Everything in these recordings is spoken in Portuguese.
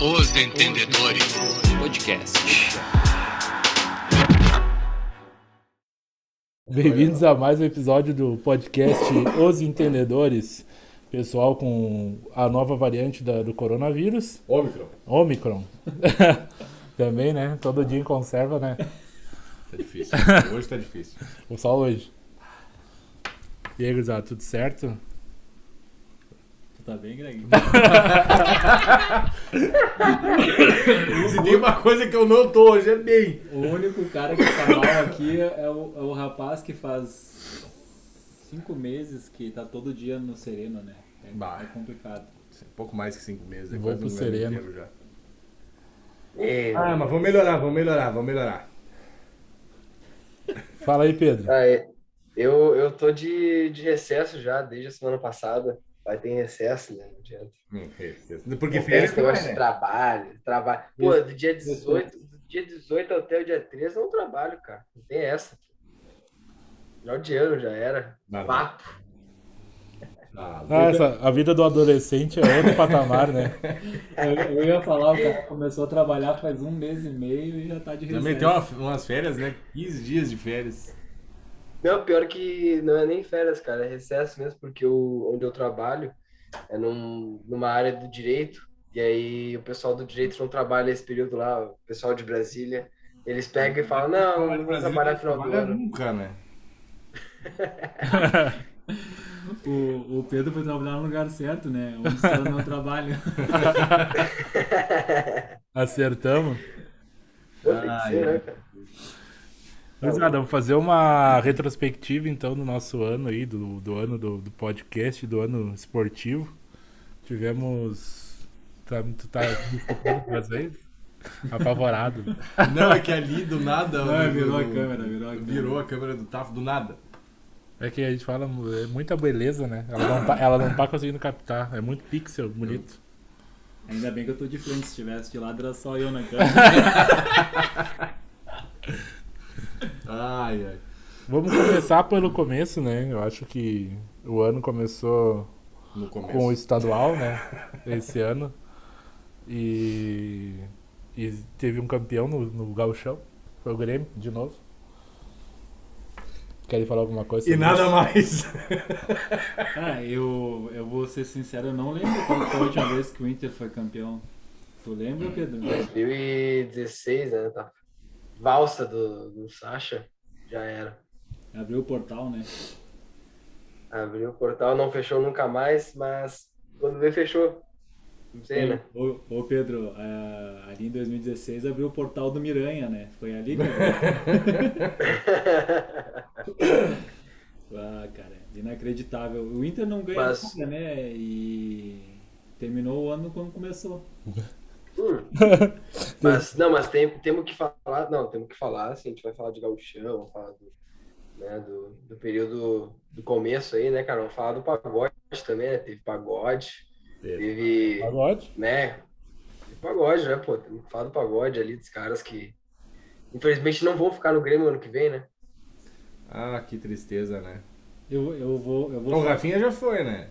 Os Entendedores Podcast. Bem-vindos a mais um episódio do podcast Os Entendedores, pessoal com a nova variante da- do coronavírus, Ômicron. Omicron. Também, né? Todo dia em conserva, né? Tá difícil. Hoje tá difícil. Ou só hoje. E aí, gurizada, tudo certo? Tá bem, Greg? Se tem uma coisa que eu não tô hoje, é bem. O único cara que tá mal aqui é o, é o rapaz que faz cinco meses que tá todo dia no sereno, né? É, Bah. é complicado. Pouco mais que cinco meses. é Vou quase pro um ano sereno. inteiro já. É. Ah, mas vamos melhorar, vamos melhorar, vamos melhorar. Fala aí, Pedro. Ah, é. eu, eu tô de, de recesso já, desde a semana passada. Vai ter recesso, né? Não adianta. Hum, é. Porque Tem férias esse negócio não é, de né? trabalho, trabalho. Pô, do dia 18, do dia 18 até o dia 13 eu não trabalho, cara. Não tem essa. Final de ano já era. Não, não. Papo. Ah, Ah, essa- a vida do adolescente é outro patamar, né? Eu, eu ia falar, o cara começou a trabalhar faz um mês e meio e já tá de Já recesso. meteu uma- umas férias, né? 15 dias de férias. Não, pior que não é nem férias, cara, é recesso mesmo, porque o, onde eu trabalho é num, numa área do direito, e aí o pessoal do direito não trabalha esse período lá, o pessoal de Brasília, eles pegam e falam, não, não vou trabalhar final do trabalha ano. nunca, né? O, o Pedro foi trabalhar no lugar certo, né? Onde os caras não trabalham. Acertamos. Pô, tem que ser, né, cara? Gurizada, vamos é, fazer uma retrospectiva então do nosso ano aí, do, do ano do, do podcast, do ano esportivo. Tivemos. Tá, tu tá me escutando duas vezes? Apavorado. Não, é que ali do nada. Não, é, o- Ah, virou a o- câmera, virou a câmera. Virou a câmera do Tafo do nada. É que a gente fala mu- é muita beleza, né? Ela não tá, ela não tá conseguindo captar. É muito pixel, bonito. Ainda bem que eu tô de frente, se tivesse de lado era só eu na câmera. Ai, ai. Vamos começar pelo começo, né? Eu acho que o ano começou No começo. com o estadual, né? Esse ano. E, e teve um campeão no, no Gauchão. Foi o Grêmio, de novo. Querem falar alguma coisa? E sobre nada mais. Ah, eu, eu vou ser sincero, eu não lembro qual foi a última vez que o Inter foi campeão. Tu lembra, Pedro? 2016, né, tá? Valsa do, do Sacha, já era. Abriu o portal, né? Abriu o portal, não fechou nunca mais, mas quando veio, fechou. Não sei, né? Ô, ô, Pedro, ah, ali em 2016 abriu o portal do Miranha, né? Foi ali, cara? ah, cara, inacreditável. O Inter não ganha Mas- nada, né? E terminou o ano como começou. Hum. Mas, não, mas tem, temos que falar, não, temos que falar, assim, a gente vai falar de gauchão, vamos falar do, né, do, do período do começo aí, né, cara, vamos falar do pagode também, né, teve pagode, teve, isso? Pagode. né, teve pagode, né, pô, temos que falar do pagode ali, dos caras que, infelizmente, não vão ficar no Grêmio ano que vem, né, Ah, que tristeza, né? Eu, eu vou. Eu O vou... Rafinha já foi, né?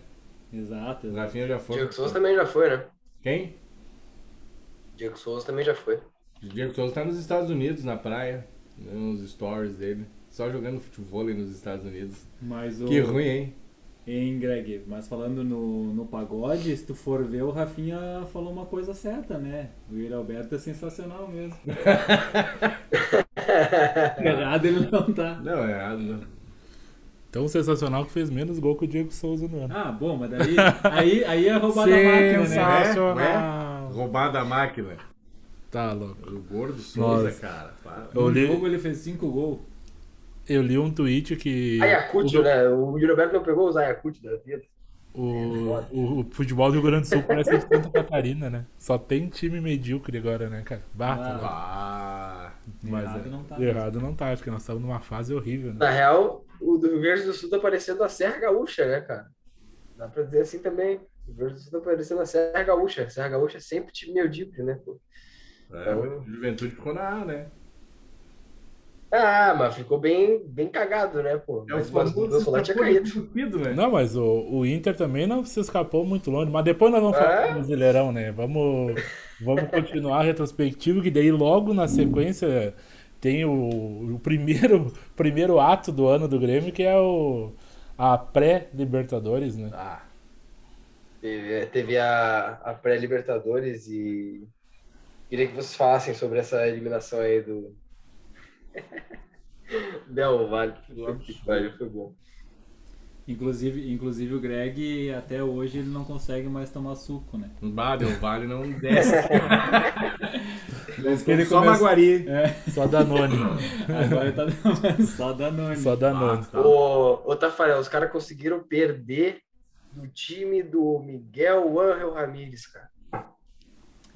Exato, O exato. Rafinha já foi. Diego Souza também já foi, né, Quem? Diego Souza também já foi. O Diego Souza tá nos Estados Unidos, na praia. Nos stories dele. Só jogando futebol nos Estados Unidos. Mas o. Que ruim, hein? Hein, Greg? Mas falando no, no pagode, se tu for ver, o Rafinha falou uma coisa certa, né? O Yuri Alberto é sensacional mesmo. Errado ele não tá. Não, é. não. Tão sensacional que fez menos gol que o Diego Souza no ano. Ah, bom, mas daí aí, aí é roubada a máquina, né? Sensacional. Roubada a máquina. Tá louco. O gordo Souza, Nossa. cara. Para. Eu No li, jogo ele fez 5 gols. eu li um tweet que. Ayacucho, né, o Gilberto não pegou os Ayacucho da vida. O, o, o futebol do Rio Grande do Sul parece de Santa Catarina, né? Só tem time medíocre agora, né, cara? Bah, tá Ah, louco. Ah, Mas errado é, não tá errado não tá. Acho que nós estamos numa fase horrível, né? Na real, o do Rio Grande do Sul tá parecendo a Serra Gaúcha, né, cara? Dá pra dizer assim também. O Rio Grande do Sul tá parecendo a Serra Gaúcha. A Serra Gaúcha é sempre time medíocre, né? pô? é, o juventude ficou na A, né? Ah, mas ficou bem, bem cagado, né, pô? Mas, mas o Deus lá é tinha caído. cupido, né? Não, mas o, o Inter também não se escapou muito longe. Mas depois nós vamos falar É? do Brasileirão, né? Vamos Vamos continuar a retrospectiva, que daí logo na sequência tem o, o primeiro, primeiro ato do ano do Grêmio, que é o, a pré-Libertadores, né? Ah. Teve, É, teve a, a pré-Libertadores e queria que vocês falassem sobre essa eliminação aí do. Del Vale. Puta que pariu, Foi bom. Inclusive, inclusive o Greg, até hoje, ele não consegue mais tomar suco, né? Bah, Del um Vale não desce. Ele é Só começa- Maguari. É, Só Danone. agora ele tá tomando só Danone. Só Danone. Ah, tá. Ô, ô Tafarel, os caras conseguiram perder do time do Miguel Angel Ramírez, cara.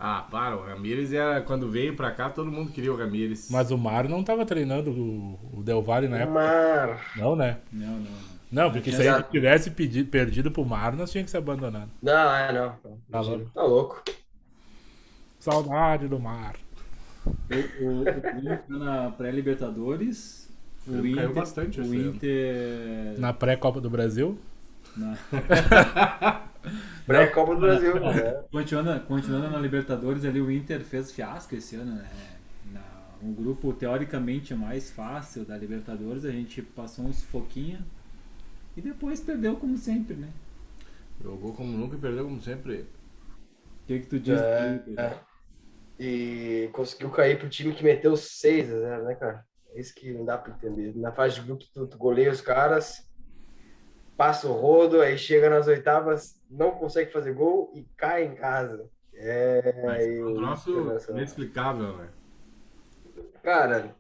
Ah, para, o Ramires era. Quando veio pra cá, todo mundo queria o Ramires. Mas o Mário não tava treinando o, o Del Valle na época, Mar... não, né? Não, não, não. Não, porque se a gente Exato. tivesse pedi- perdido pro Mário, nós tínhamos que ser abandonado. Não, é não. Tá louco. Tá louco. Saudade do Mário. O, o, o Grêmio tá na pré-Libertadores. O Caiu Inter, bastante o esse ano. Inter Na pré-Copa do Brasil, na- Pré-Copa É do Brasil. É. né? Continuando, continuando na Libertadores, ali o Inter fez fiasco esse ano, né? Na- um grupo teoricamente mais fácil da Libertadores, a gente passou um sufoquinho e depois perdeu como sempre, né? Jogou como nunca e perdeu como sempre. O que, que tu diz? É, do Inter? é. E conseguiu cair pro time que meteu 6 a 0, né, cara? É isso que não dá pra entender. Na fase de grupo, tu, tu goleia os caras, passa o rodo, aí chega nas oitavas, não consegue fazer gol e cai em casa. É, Mas aí o o nosso Internacional. Um inexplicável, né? Cara,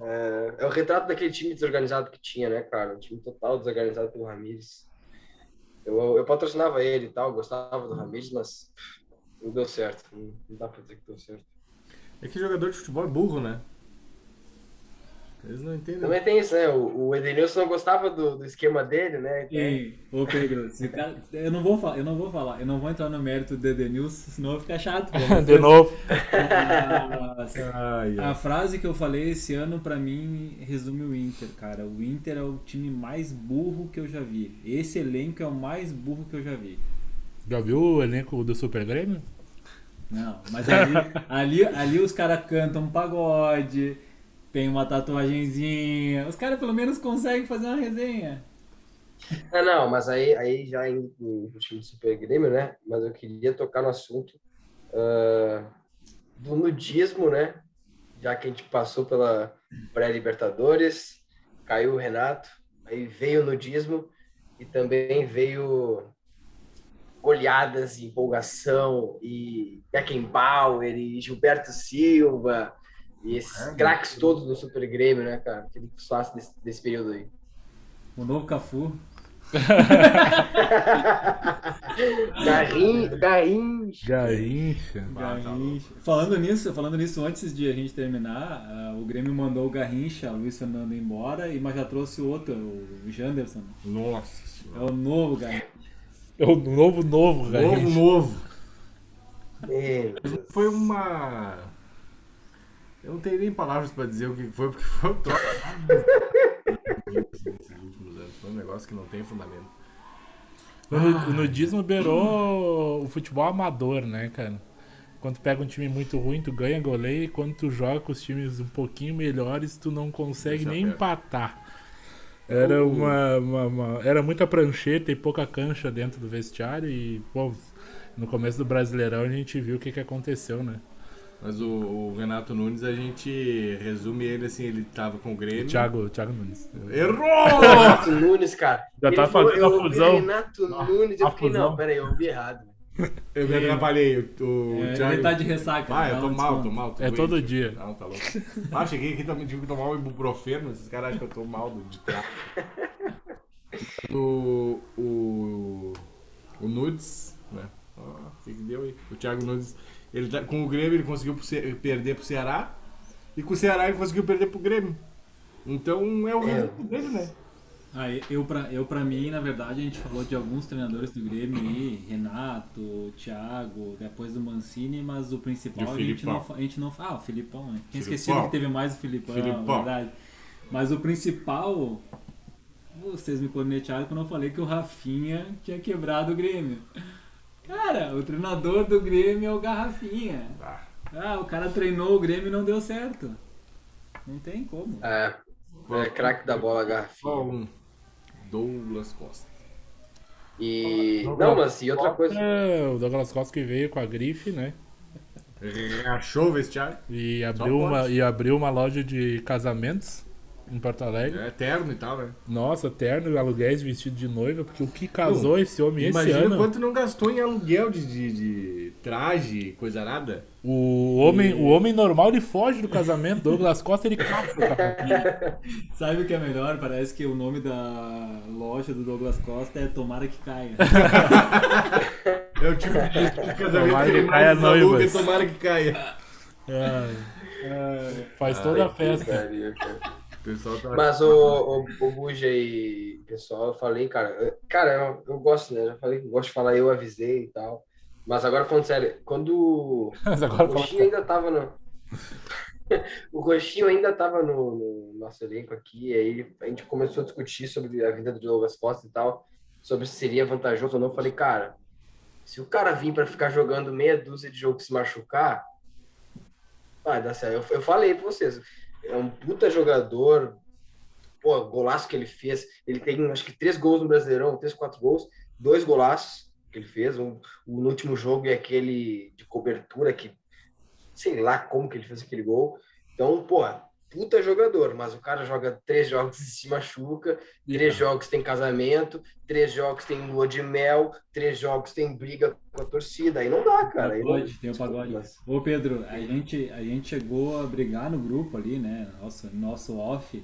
é, é o retrato daquele time desorganizado que tinha, né, cara? Um time total desorganizado pelo Ramires. Eu, eu patrocinava ele e tal, gostava do Ramires, mas pff, não deu certo. Não, não dá pra dizer que deu certo. É que jogador de futebol é burro, né? Eles não entendem. Também tem isso, né? O, o Edenilson não gostava do, do esquema dele, né? Então, Ei, ô Pedro, se o cara- eu, não vou falar, eu não vou falar, eu não vou entrar no mérito do Edenilson, senão eu vou ficar chato. de novo. Mas Ai, ai. A frase que eu falei esse ano, pra mim, resume o Inter, cara. O Inter é o time mais burro que eu já vi. Esse elenco é o mais burro que eu já vi. Já viu o elenco do Super Grêmio? Não, mas ali, ali, ali os caras cantam um pagode, tem uma tatuagenzinha. Os caras pelo menos conseguem fazer uma resenha. Ah, não, mas aí, aí já indo pro pro time do Super Grêmio, né? Mas eu queria tocar no assunto ah, do nudismo, né? Já que a gente passou pela pré-Libertadores, caiu o Renato, aí veio o nudismo e também veio goleadas e empolgação e Beckenbauer e Gilberto Silva e esses craques todos do Super Grêmio, né, cara? O que eles fazem desse, desse período aí? O novo Cafu. Garrincha, Garrincha. Garrincha. Ah, tá Garrincha. falando nisso, falando nisso, antes de a gente terminar, ah, o Grêmio mandou o Garrincha, o Luiz Fernando embora, e mas já trouxe o outro, o Janderson. Nossa É senhora. o novo Garrincha. É o novo, novo, Novo, Garrincha. novo. Meu Deus. Foi uma. Eu não tenho nem palavras pra dizer o que foi, porque foi um troço. Nesses últimos anos. Foi um negócio que não tem fundamento. O nu- O nudismo beirou o futebol amador, né, cara? Quando tu pega um time muito ruim, tu ganha goleio. E quando tu joga com os times um pouquinho melhores, tu não consegue Deixa nem aberto. empatar. Era uma, uma- uma- Era muita prancheta e pouca cancha dentro do vestiário. E, pô, no começo do Brasileirão a gente viu o que, que aconteceu, né? Mas o, o Renato Nunes, a gente resume ele assim: ele tava com o Grêmio. Thiago, Thiago Nunes. Errou! Renato Nunes, cara. Já Ele tá falou, fazendo a eu ouvi fusão. Renato Nunes, eu a fiquei, fusão. não, peraí, eu ouvi errado. Eu me atrapalhei. O, o É, Thiago- ele tá de ressaca. Ah, dá eu tô um mal, desconto. tô mal. Tô É doente. todo dia. Não, tá louco. Ah, cheguei aqui, também tive que tomar um ibuprofeno. Esses caras acham que eu tô mal do- de trato. O, o, o Nudes, né? Ó, o que que deu aí? O Thiago Nudes, ele tá, com o Grêmio ele conseguiu pro Ce- perder pro Ceará. E com o Ceará ele conseguiu perder pro Grêmio. Então é o É. resumo do Grêmio, né? Ah, eu, pra, eu pra mim, na verdade, a gente falou de alguns treinadores do Grêmio aí, Renato, Thiago, depois do Mancini, mas o E o principal a gente, não, Filipão. fa- a gente não fa- Ah, o Filipão, né? Tinha Filipão. esquecido que teve mais o Filipão, é Filipão. verdade. Mas o principal, vocês me cornetearam quando eu falei que o Rafinha tinha quebrado o Grêmio. Cara, o treinador do Grêmio é o Garrafinha. Ah, o cara treinou o Grêmio e não deu certo. Não tem como. É, é craque da bola, garrafinha. Só um. Douglas Costa. E. Não, mas e outra coisa. É, o Douglas Costa que veio com a grife, né? Achou o vestiário? E abriu, pode. uma, e abriu uma loja de casamentos em Porto Alegre. É eterno e tal, né? Nossa, terno, aluguéis, vestido de noiva, porque o que casou Não, esse homem esse Imagina ano? quanto não gastou em aluguel de, de, de traje, coisa nada. O, homem, o homem normal ele foge do casamento, Douglas Costa ele capta. Sabe o que é melhor? Parece que o nome da loja do Douglas Costa é Tomara que Caia. É o tipo de casamento Tomara que que ele caia mais aluga, noivas. tomara que caia. Faz toda a festa. Putaria, cara. O pessoal tá... Mas o, o, o Buja e o pessoal, eu falei, cara, eu- cara, eu, eu gosto, né? Já falei que eu gosto de falar, eu avisei e tal. Mas agora falando sério, quando Mas o agora fala- Coxinho ainda tava no. o Coxinho ainda tava no, no nosso elenco aqui, e aí a gente começou a discutir sobre a vida do Douglas Costa e tal, sobre se seria vantajoso ou não. Eu falei, cara, se o cara vir pra ficar jogando meia dúzia de jogo e se machucar, vai dar certo. Eu, eu falei pra vocês, é um puta jogador, pô, golaço que ele fez. Ele tem acho que três gols no Brasileirão, três, quatro gols, dois golaços que ele fez. Um, um no último jogo é aquele de cobertura que sei lá como que ele fez aquele gol. Então, pô, puta jogador, mas o cara joga três jogos e se machuca, três jogos tem casamento, três jogos tem lua de mel, três jogos tem briga com a torcida. Aí não dá, cara. Aí não- pagode, tem o pagode. Mas- Ô Pedro, a gente, a gente chegou a brigar no grupo ali, né? Nosso, nosso off,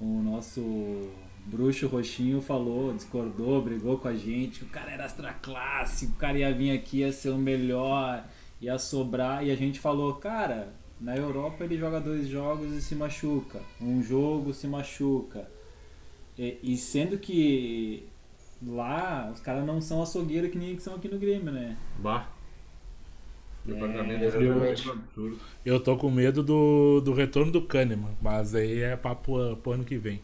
o nosso bruxo roxinho falou, discordou, brigou com a gente, que o cara era extra classe, o cara ia vir aqui, ia ser o melhor, ia sobrar, e a gente falou, cara, na Europa ele joga dois jogos e se machuca. Um jogo se machuca. E, e sendo que lá os caras não são açougueiro que nem que são aqui no Grêmio, né? Bah. Departamento exatamente. é um absurdo. Eu tô com medo do, do retorno do Kahneman, mas aí é papo ah, pro ano que vem.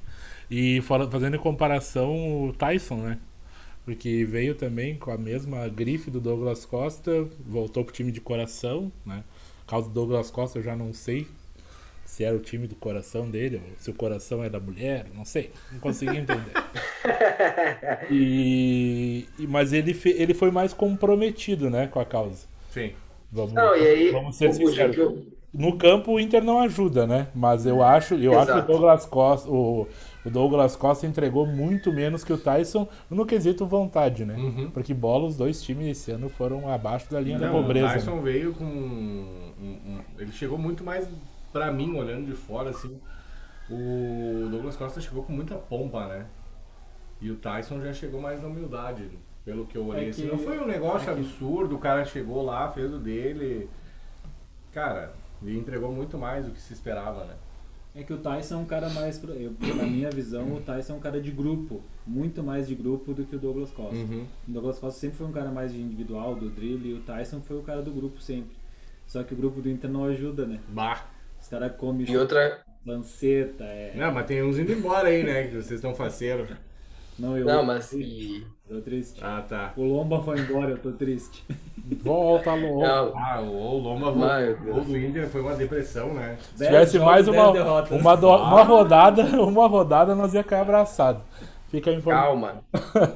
E fala- fazendo em comparação o Tyson, né? Porque veio também com a mesma grife do Douglas Costa, voltou pro time de coração, né? Por causa do Douglas Costa eu já não sei se era o time do coração dele, ou se o coração é da mulher, não sei. Não consegui entender. E, e- mas ele, fe- ele foi mais comprometido, né, com a causa. Sim. Vamos, Não, e aí, vamos ser o Buja, sinceros. que eu- No campo o Inter não ajuda, né? Mas eu acho, eu acho que o Exato. Douglas Costa, o, o Douglas Costa entregou muito menos que o Tyson no quesito vontade, né? Porque bola os dois times esse ano foram abaixo da linha da Não, o pobreza. Tyson né? veio com. um- um- ele chegou muito mais pra mim, olhando de fora, assim. O Douglas Costa chegou com muita pompa, né? E o Tyson já chegou mais na humildade, pelo que eu olhei. É assim. que- Não foi um negócio absurdo, o cara chegou lá, fez o dele. Cara, ele entregou muito mais do que se esperava, né? É que o Tyson é um cara mais. pro- Eu, na minha visão, o Tyson é um cara de grupo. Muito mais de grupo do que o Douglas Costa. Uhum. O Douglas Costa sempre foi um cara mais de individual, do drible, e o Tyson foi o cara do grupo sempre. Só que o grupo do Inter não ajuda, né? Bah! Os caras comem E outra, lanceta, é. Não, mas tem uns indo embora aí, né? Que vocês estão faceiros. Não, eu. Não, mas e- Tô triste. Ah, tá. O Lomba foi embora, eu tô triste. Volta, louco. não, Ah, o Loma Meu o Deus. gol do Inter foi uma depressão, né? Se tivesse mais uma, derrotas. uma, do- uma rodada, uma rodada, nós ia cair abraçado. Fica a informação. calma.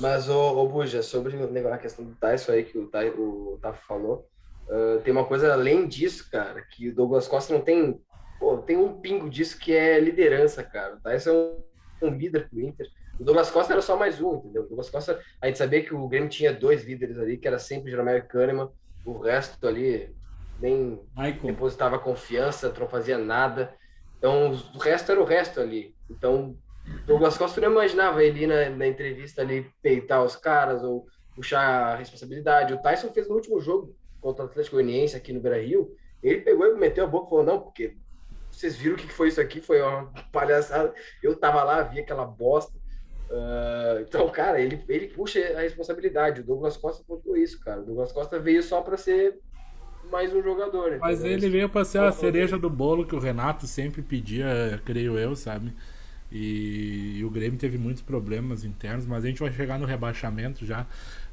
Mas, ô, ô Buja, sobre o negócio- a questão do Tyson aí que o, Tai- o Tafa falou, ah, tem uma coisa além disso, cara, que o Douglas Costa não tem. Pô, tem um pingo disso que é liderança, cara. O Tyson é um, um líder pro Inter. O Douglas Costa era só mais um, entendeu? O Douglas Costa, a gente sabia que o Grêmio tinha dois líderes ali, que era sempre o Jeromel e Kahneman, o resto ali nem Michael, depositava confiança, tu não fazia nada. Então, os- o resto era o resto ali. Então, Douglas Costa eu não imaginava ele ir na, na entrevista ali peitar os caras ou puxar a responsabilidade. O Tyson fez no último jogo contra o Atlético Goianiense aqui no Beira-Rio. Ele pegou e meteu a boca e falou, não, porque vocês viram o que que foi isso aqui, foi uma palhaçada. Eu tava lá, vi aquela bosta. Ah, então, cara, ele, ele puxa a responsabilidade. O Douglas Costa faltou isso, cara. O Douglas Costa veio só para ser mais um jogador. Mas entendeu? ele veio pra ser a cereja do bolo que o Renato sempre pedia, creio eu, sabe? E, e o Grêmio teve muitos problemas internos, mas a gente vai chegar no rebaixamento já.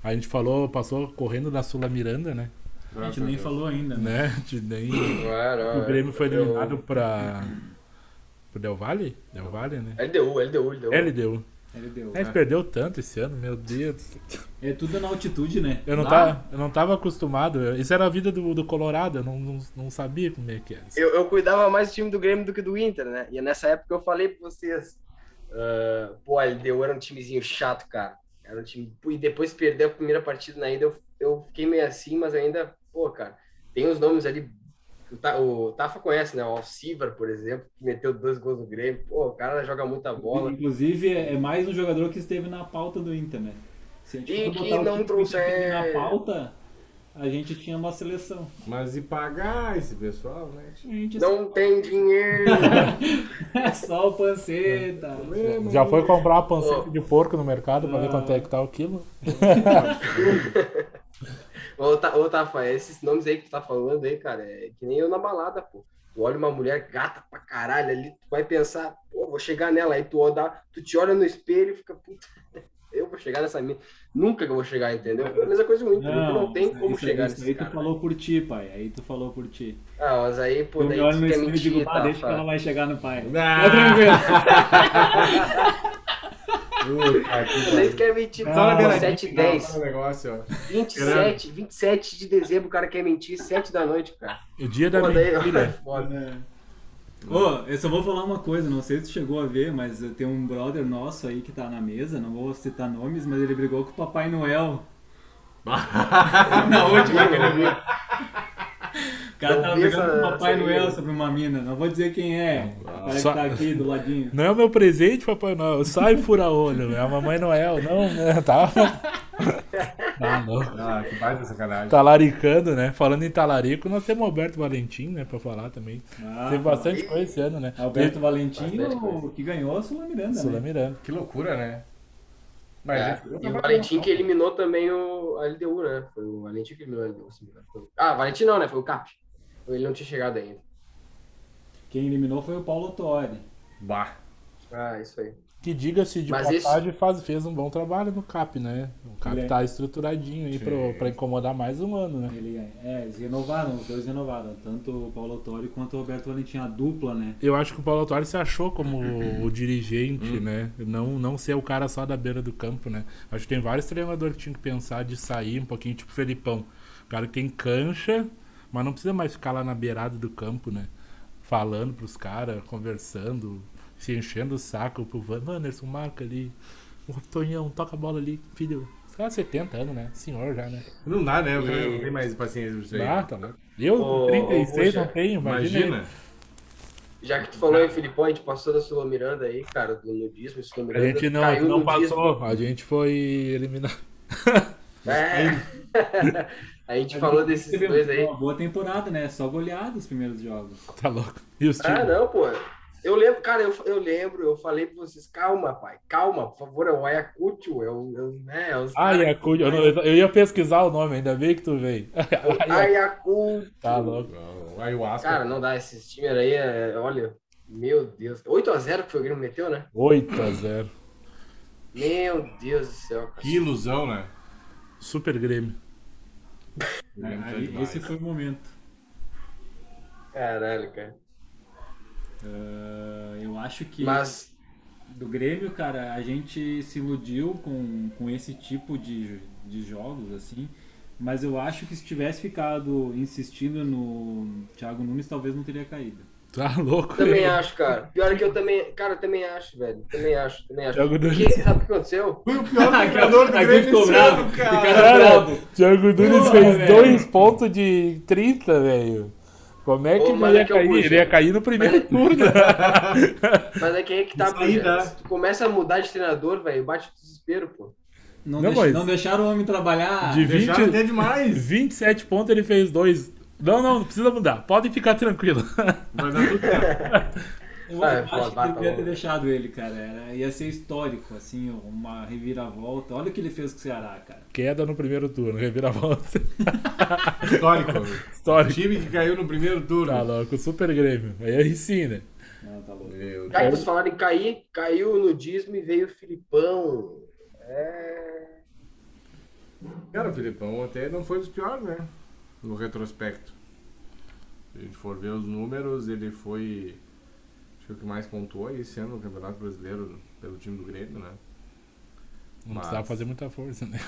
A gente falou, passou correndo da Sula Miranda, né? A gente nem falou ainda, né? né? De- nem- Claro, o Grêmio foi LDU. eliminado para pro Del Valle? Del Valle, né? LDU, LDU, LDU. LDU. LDU. A gente perdeu tanto esse ano, meu Deus. É tudo na altitude, né? Eu não, tá- Lá, tava, eu não tava acostumado. eu- Isso era a vida do, do Colorado, eu não, não, não sabia como é que era. isso. Eu, eu cuidava mais do time do Grêmio do que do Inter, né? E nessa época eu falei pra vocês. ah, pô, a LDU era um timezinho chato, cara. Era um time. pô, E depois perdeu a primeira partida na ida, eu, eu fiquei meio assim, mas ainda, pô, cara, tem uns nomes ali. O, Ta, o Tafa conhece, né? O Alcivar, por exemplo, que meteu dois gols no Grêmio. Pô, o cara joga muita bola. Inclusive, é é mais um jogador que esteve na pauta do Inter, né? Se a gente E for que botar o não time que trouxe- é, esteve na pauta, a gente tinha uma seleção. Mas e pagar esse pessoal, né? A gente Não tem dinheiro. é só o Panceta. Já foi comprar uma Ô. panceta de porco no mercado pra ver quanto é que tá o quilo? Ô, Ta- ô, Tafa, esses nomes aí que tu tá falando aí, cara, é que nem eu na balada, pô. Tu olha uma mulher gata pra caralho ali, tu vai pensar, pô, vou chegar nela. Aí tu, olha, tu te olha no espelho e fica, puta, eu vou chegar nessa mina. Nunca que eu vou chegar, entendeu? É a mesma coisa muito, não, não tem como isso, chegar isso nesse aí tu cara. falou por ti, pai. Aí tu falou por ti. Ah, mas aí, pô, eu daí me é tu olho no quer espelho e digo, mentir, ah, deixa que ela Tafa. vai chegar no pai. Ah. Tá tranquilo. Daí tu quer mentir, Fala a Tafa, verdade. 7 e 10. negócio, ó. 27, 27 de dezembro o cara quer mentir, 7 da noite, cara. O dia da Pô, daí é mentira. foda. Ô, eu só vou falar uma coisa, não sei se tu chegou a ver, mas eh, tem um brother nosso aí que tá na mesa, não vou citar nomes, mas ele brigou com o Papai Noel. na última que ele viu. O cara Eu tava vi brigando com essa- o Papai essa Noel aí. sobre uma mina, não vou dizer quem é, o cara que Só- tá aqui do ladinho. Não é o meu presente, Papai Noel. Sai fura-olho. É a Mamãe Noel. Não, né? Tá. Não, não. Ah, que baita sacanagem. Talaricando, né? Falando em talarico, nós temos o Alberto Valentim, né? Pra falar também. Ah, É Teve bastante coisa esse ano, né? Alberto Valentim, Bastante o- coisa. que ganhou a Sula Miranda, Sula né? Miranda. Que loucura, né? Mas É, eu- eu e o tava- Valentim que eliminou também o a LDU, né? Foi o Valentim que eliminou a LDU. se não me engano. Foi- Ah, Valentim não, né? Foi o Cap. Ele não tinha chegado ainda. Quem eliminou foi o Paulo Torre. Bah. Ah, isso aí. Que diga-se de Mas passagem, faz, fez um bom trabalho no CAP, né? O CAP Ele- tá estruturadinho aí pro, pra incomodar mais um ano, né? Ele, é, eles renovaram, os dois renovaram, tanto o Paulo Torre quanto o Roberto Valentim, a dupla, né? Eu acho que o Paulo Autuari se achou como o dirigente, né? Não, não ser o cara só da beira do campo, né? Acho que tem vários treinadores que tinham que pensar de sair um pouquinho, tipo o Felipão. O cara que tem cancha, mas não precisa mais ficar lá na beirada do campo, né? Falando pros caras, conversando, se enchendo o saco pro Van. Anderson, marca ali. O Tonhão, toca a bola ali, filho. Os caras 70 anos, né? Senhor já, né? Não dá, né? Eu E- não tenho mais paciência pra isso aí. Ah, tá louco. Eu, com Ô, 36, ô, não Roger, tenho, imagina. Imagina. Já que tu falou em Filipão, a gente passou da Sula Miranda aí, cara, do nudismo, isso A gente não, caiu não no passou, a gente foi eliminado. Dismo. É. a gente falou desses Teve um dois aí. Uma boa temporada, né? Só goleado os primeiros jogos. Tá louco. E os times? Ah, não, pô. Eu lembro, cara, eu, eu lembro, eu falei pra vocês, calma, pai, calma, por favor, é o Ayacucho, é o. É o né, é os Ah, cara- Yakult. Eu, não- eu ia pesquisar o nome, ainda bem que tu veio. Ayacucho. Tá louco. O Ayahuasca. Cara, não dá. Esses times aí, é- olha, meu Deus. 8x0 que foi o Grêmio meteu, né? 8 a 0 Meu Deus do céu, cara. Que ilusão, né? Super Grêmio. Lembro Ali- demais. É, esse foi o momento. Caralho, cara. Ah, eu acho que Mas, do Grêmio, cara, a gente se iludiu com, com esse tipo de, de jogos, assim. Mas eu acho que se tivesse ficado insistindo no Thiago Nunes, talvez não teria caído. Tá louco. também acho, cara. Pior é que eu também. Cara, eu também acho, velho. Também acho, também acho. Jogo do- Porque, sabe o que aconteceu? Foi o pior jogador do Aqui Grêmio ficou esse bravo. ano, Ficaram- cara. Cara, bravo. Thiago Nunes Porra, fez velho. 2 pontos de 30, velho. Como é que Ô, ele mano, ia que cair? orgulho. Ele ia cair no primeiro turno. Mas é que aí que tá, Isso aí Puja. dá. Se tu começa a mudar de treinador, velho, bate o desespero, pô. Não, Não, deix- mas- não deixaram o homem trabalhar. De Deixaram 20 até demais. 27 pontos ele fez 2. Não, não, não precisa mudar. Podem ficar tranquilo. Vai dar tudo certo. Eu É, Ah, acho foda, que tá devia bom. ter deixado ele, cara. Era- ia ser histórico, assim, uma reviravolta. Olha o que ele fez com o Ceará, cara. Queda no primeiro turno, reviravolta. Histórico. Histórico. Time que caiu no primeiro turno. Tá louco, Super Grêmio. Aí sim, né? Não, tá louco. Meu Já que Deus. vocês falaram em cair, caiu o nudismo e veio o Filipão. É. Cara, o Filipão até não foi dos piores, né? No retrospecto. Se a gente for ver os números, ele foi. Acho que o que mais pontuou esse ano no Campeonato Brasileiro pelo time do Grêmio, né? Não Mas- precisava fazer muita força, né?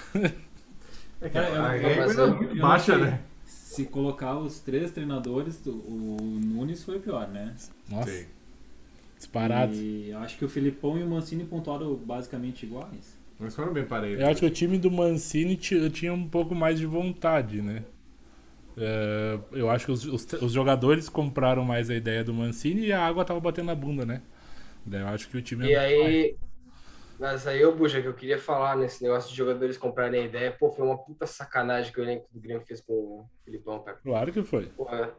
É Cara, eu- a eu- régua mas era eu- muito eu baixa, não sei. né? Se colocar os três treinadores, o o Nunes foi o pior, né? Nossa, Sim. disparado. E acho que o Filipão e o Mancini pontuaram basicamente iguais. Mas foram bem parelhos. Eu acho que o time do Mancini ti- tinha um pouco mais de vontade, né? É, eu acho que os, os- os jogadores compraram mais a ideia do Mancini e a água tava batendo na bunda, né? Daí eu acho que o time. é E aí. Mas aí, ô Buja, que eu queria falar nesse negócio de jogadores comprarem a ideia. Pô, foi uma puta sacanagem que o elenco do Grêmio fez com o Filipão, cara. Claro que foi. Pô, é-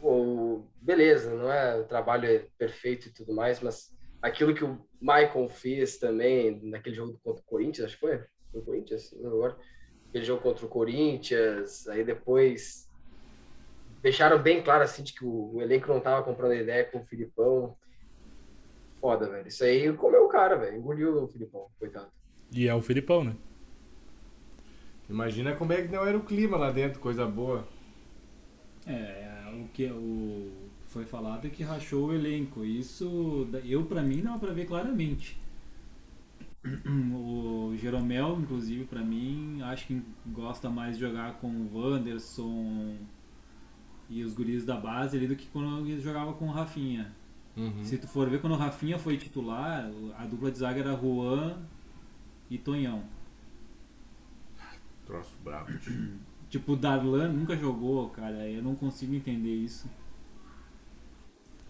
pô, beleza, não é o trabalho é perfeito e tudo mais, mas aquilo que o Michael fez também naquele jogo contra o Corinthians, acho que foi? Foi o Corinthians, não lembro agora. Aquele jogo contra o Corinthians, aí depois deixaram bem claro assim de que o, o elenco não tava comprando ideia com o Filipão. Foda, velho. Isso aí comeu o cara, velho. Engoliu o Filipão, coitado. E é o Filipão, né? Imagina como é que não era o clima lá dentro, coisa boa. É, o que o, foi falado é que rachou o elenco. Isso, da- eu pra mim, dá pra ver claramente. O Jeromel, inclusive, pra mim, acho que gosta mais de jogar com o Wanderson e os guris da base ali do que quando ele jogava com o Rafinha. Se tu for ver, quando o Rafinha foi titular, a dupla de zaga era Juan e Tonhão. Troço brabo. Tipo, o Darlan nunca jogou, cara. Eu não consigo entender isso.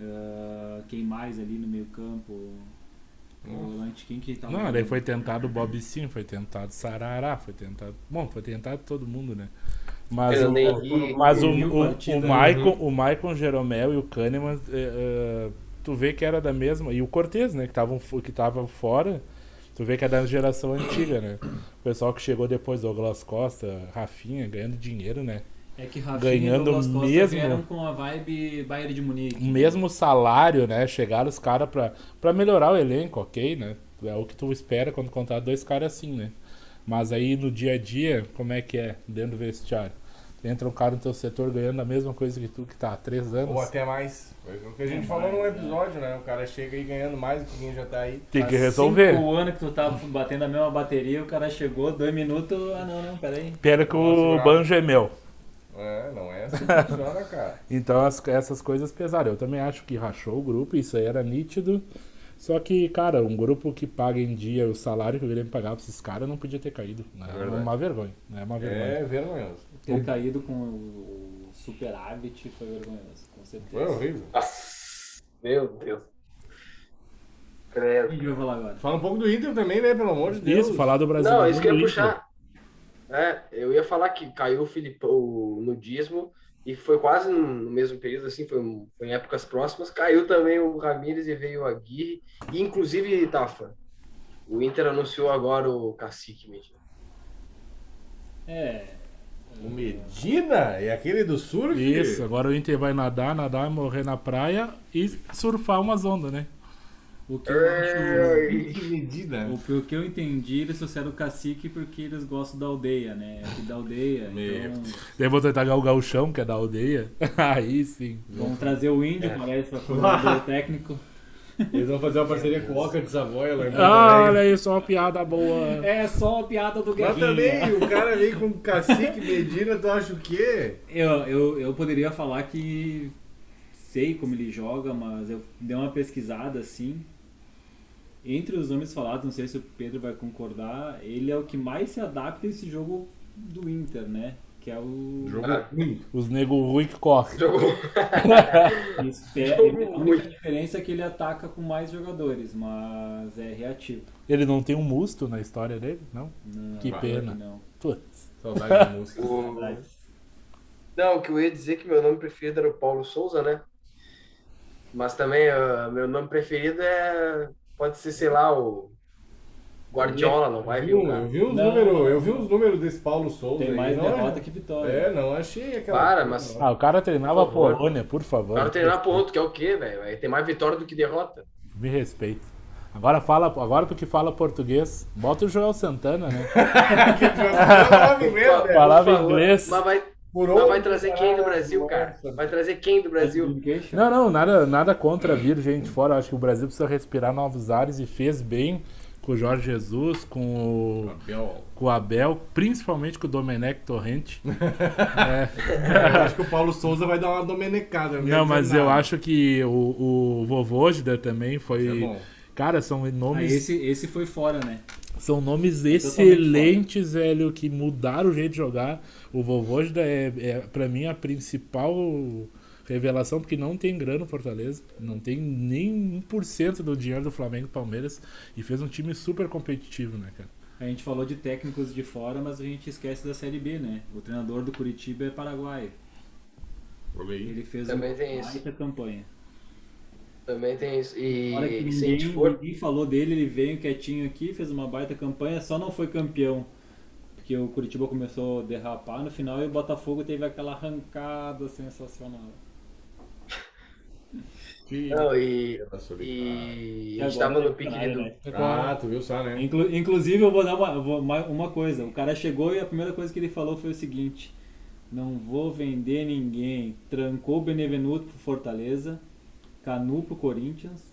Ah, quem mais ali no meio campo? O volante, quem que tá Não, daí foi tentado o Bob Sim, foi tentado o Sarará, foi tentado. Bom, foi tentado todo mundo, né? Mas o, Fernando Henrique, mas o, mil o, o, partidas, né? Maicon, o Maicon Jeromel e o Kahneman, eh, eh, tu vê que era da mesma. E o Cortez, né? Que estavam fo- que tava fora, tu vê que é da geração antiga, né? O pessoal que chegou depois, Douglas Costa, Rafinha, ganhando dinheiro, né? É que Rafinha ganhando e Douglas Costa mesmo. vieram com a vibe Bayern de Munique. o mesmo salário, né? Chegaram os caras pra, pra melhorar o elenco, ok, né? É o que tu espera quando contar dois caras assim, né? Mas aí no dia a dia, como é que é dentro do vestiário? Entra um cara no teu setor ganhando a mesma coisa que tu, que tá há três Ou anos. até mais. Foi o que a É gente Ou falou mais, num né? episódio, né? O cara chega aí ganhando mais do que quem já tá aí. Tem que Há resolver. Cinco anos que tu tava batendo a mesma bateria, o cara chegou, dois minutos. Ah, não, não, peraí. Pena que o Nossa, banjo é meu. É, não é assim que funciona, cara. Então as- essas coisas pesaram. Eu também acho que rachou o grupo, isso aí era nítido. Só que, cara, um grupo que paga em dia o salário que o Grêmio pagava pra esses caras não podia ter caído. Né? É, verdade. uma vergonha. né? É uma vergonha. É vergonhoso. Ter caído com o superávit foi vergonhoso, com certeza. Foi horrível. Nossa, meu Deus. Credo. O que a gente vai falar agora? Fala um pouco do Inter também, né? Pelo amor de Deus. Isso, falar do Brasil. Não, isso que eu ia puxar. É, eu ia falar que caiu o Filipão o nudismo e foi quase no no mesmo período, assim, foi, um- foi em épocas próximas. Caiu também o Ramírez e veio o Aguirre. E, inclusive, Tafa, o Inter anunciou agora o Cacique Medina. É. O Medina é aquele do surf? Isso, agora o Inter vai nadar, nadar, morrer na praia e surfar umas ondas, né? O que eu acho. Que Medina. O, pelo que eu entendi, eles trouxeram o cacique porque eles gostam da aldeia, né? Aqui da aldeia. Meu. Então, Daí vou tentar galgar o chão, que é da aldeia. Aí sim. vão trazer o índio, É. parece, pra formar o técnico. Eles vão fazer uma parceria com o Oca de é Savoia lá em Porto Ah, Alegre. olha aí, só uma piada boa. É só a piada do Mas Guerrinha. também, o cara vem com cacique Medina, tu acha o quê? Eu, eu, eu poderia falar que sei como ele joga, mas eu dei uma pesquisada assim. Entre os nomes falados, não sei se o Pedro vai concordar, ele é o que mais se adapta a esse jogo do Inter, né? Que é o. Jogo Ah. ruim. Os nego ruim que corre. Jogou. Ele espera- ele- é, a única diferença é que ele ataca com mais jogadores, mas é reativo. Ele não tem um musto na história dele? Não? Não, Que não, pena. Não. Putz. Saudade da música. O- Não, que eu ia dizer é que meu nome preferido era o Paulo Souza, né? Mas também, ah, meu nome preferido é. Pode ser, sei lá, o. Guardiola, não vai vir o Eu cara. vi uns Não. números, eu vi uns números desse Paulo Souza Tem aí, mais não derrota é? que vitória. É, não achei aquela. Para, mas- Ah, o cara treinava a Por favor. Polônia, por favor. Para treinar pro outro, que é o quê, velho? Aí Tem mais vitória do que derrota. Me respeita. Agora fala, agora porque fala português, bota o Joel Santana, né? Falava É inglês, né? velho. Falava Por favor. inglês. Mas vai, é. Por mas onde? vai trazer quem do Brasil, cara? Vai trazer quem do Brasil? Communication. Não, não, nada, nada contra vir gente fora. Acho que o Brasil precisa respirar novos ares e fez bem com o Jorge Jesus, com o, Abel. com o Abel, principalmente com o Domenech Torrente. Eu acho que o Paulo Souza vai dar uma domenecada. Não, mas eu acho que o, o Vovôjda também foi. Isso é bom. Cara, são Ah, nomes, esse, esse foi fora, né? são nomes totalmente excelentes, velho, que mudaram o jeito de jogar. O Vovôjda é, é para mim a principal revelação, porque não tem grana no Fortaleza, não tem nem 1% do dinheiro do Flamengo e Palmeiras e fez um time super competitivo, né, cara? A gente falou de técnicos de fora, mas a gente esquece da Série B, né? O treinador do Curitiba é paraguaio. Olha aí. Ele fez Também uma tem isso. baita campanha. Também tem isso. E Na hora que e se a gente ninguém, for. ninguém falou dele, ele veio quietinho aqui, fez uma baita campanha, só não foi campeão. Porque o Curitiba começou a derrapar no final e o Botafogo teve aquela arrancada sensacional. Que- Não, e, Tá solitário. e E a gente agora tava no é pique caralho, do. né? Ah, tu viu só, né? Inclu- inclusive, eu vou dar uma, vou- uma, uma coisa. O cara chegou e a primeira coisa que ele falou foi o seguinte: Não vou vender ninguém. Trancou o Benevenuto pro Fortaleza, Canu pro Corinthians.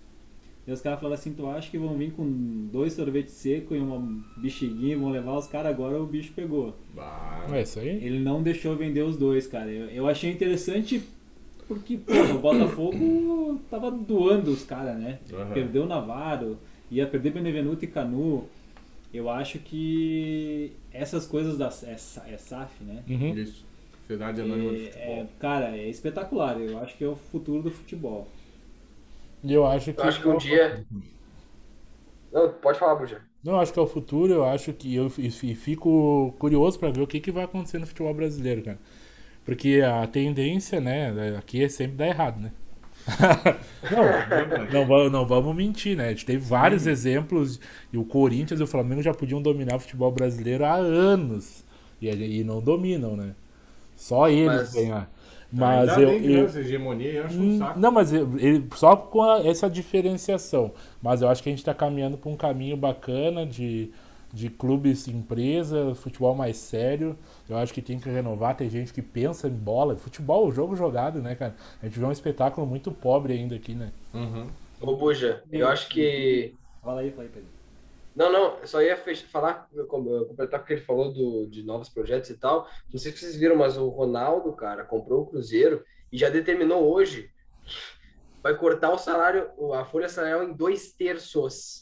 E os caras falaram assim: Tu acha que vão vir com dois sorvetes secos e uma bexiguinha? e Vão levar os caras agora? O bicho pegou. Bah. É isso aí. Ele não deixou vender os dois, cara. Eu, eu achei interessante porque porra, o Botafogo tava doando os caras, né? Aham. Perdeu o Navarro, ia perder Benevenuto e Canu. Eu acho que essas coisas da é, Sa- é SAF, né? Uhum. Isso. Sociedade Anônima de É, é, Futebol. cara, é espetacular. Eu acho que é o futuro do futebol. E eu acho que. Eu acho que um dia. Não, pode falar, Buja. Não, eu acho que é o futuro, eu acho que eu fi- fi- fico curioso para ver o que, que vai acontecer no futebol brasileiro, cara. Porque a tendência, né, aqui é sempre dar errado, né? não, não, va- não vamos mentir, né? A gente teve vários exemplos e o Corinthians e o Flamengo já podiam dominar o futebol brasileiro há anos e, ele- e não dominam, né? Só eles Mas- ganhar. Mas Ainda eu- bem que eu, não, essa hegemonia eu acho um Hum, saco. Não, mas eu- ele, só com a- essa diferenciação. Mas eu acho que a gente está caminhando para um caminho bacana de, de clubes, empresa, futebol mais sério. Eu acho que tem que renovar. Tem gente que pensa em bola. Futebol, jogo jogado, né, cara? A gente vê um espetáculo muito pobre ainda aqui, né? Uhum. Ô, Buja, eu acho que. Fala aí, fala aí, Pedro. Não, não, eu só ia fech- falar, eu com- eu completar porque ele falou do, de novos projetos e tal. Não sei se vocês viram, mas o Ronaldo, cara, comprou o Cruzeiro e já determinou hoje que vai cortar o salário, a folha salarial em dois terços.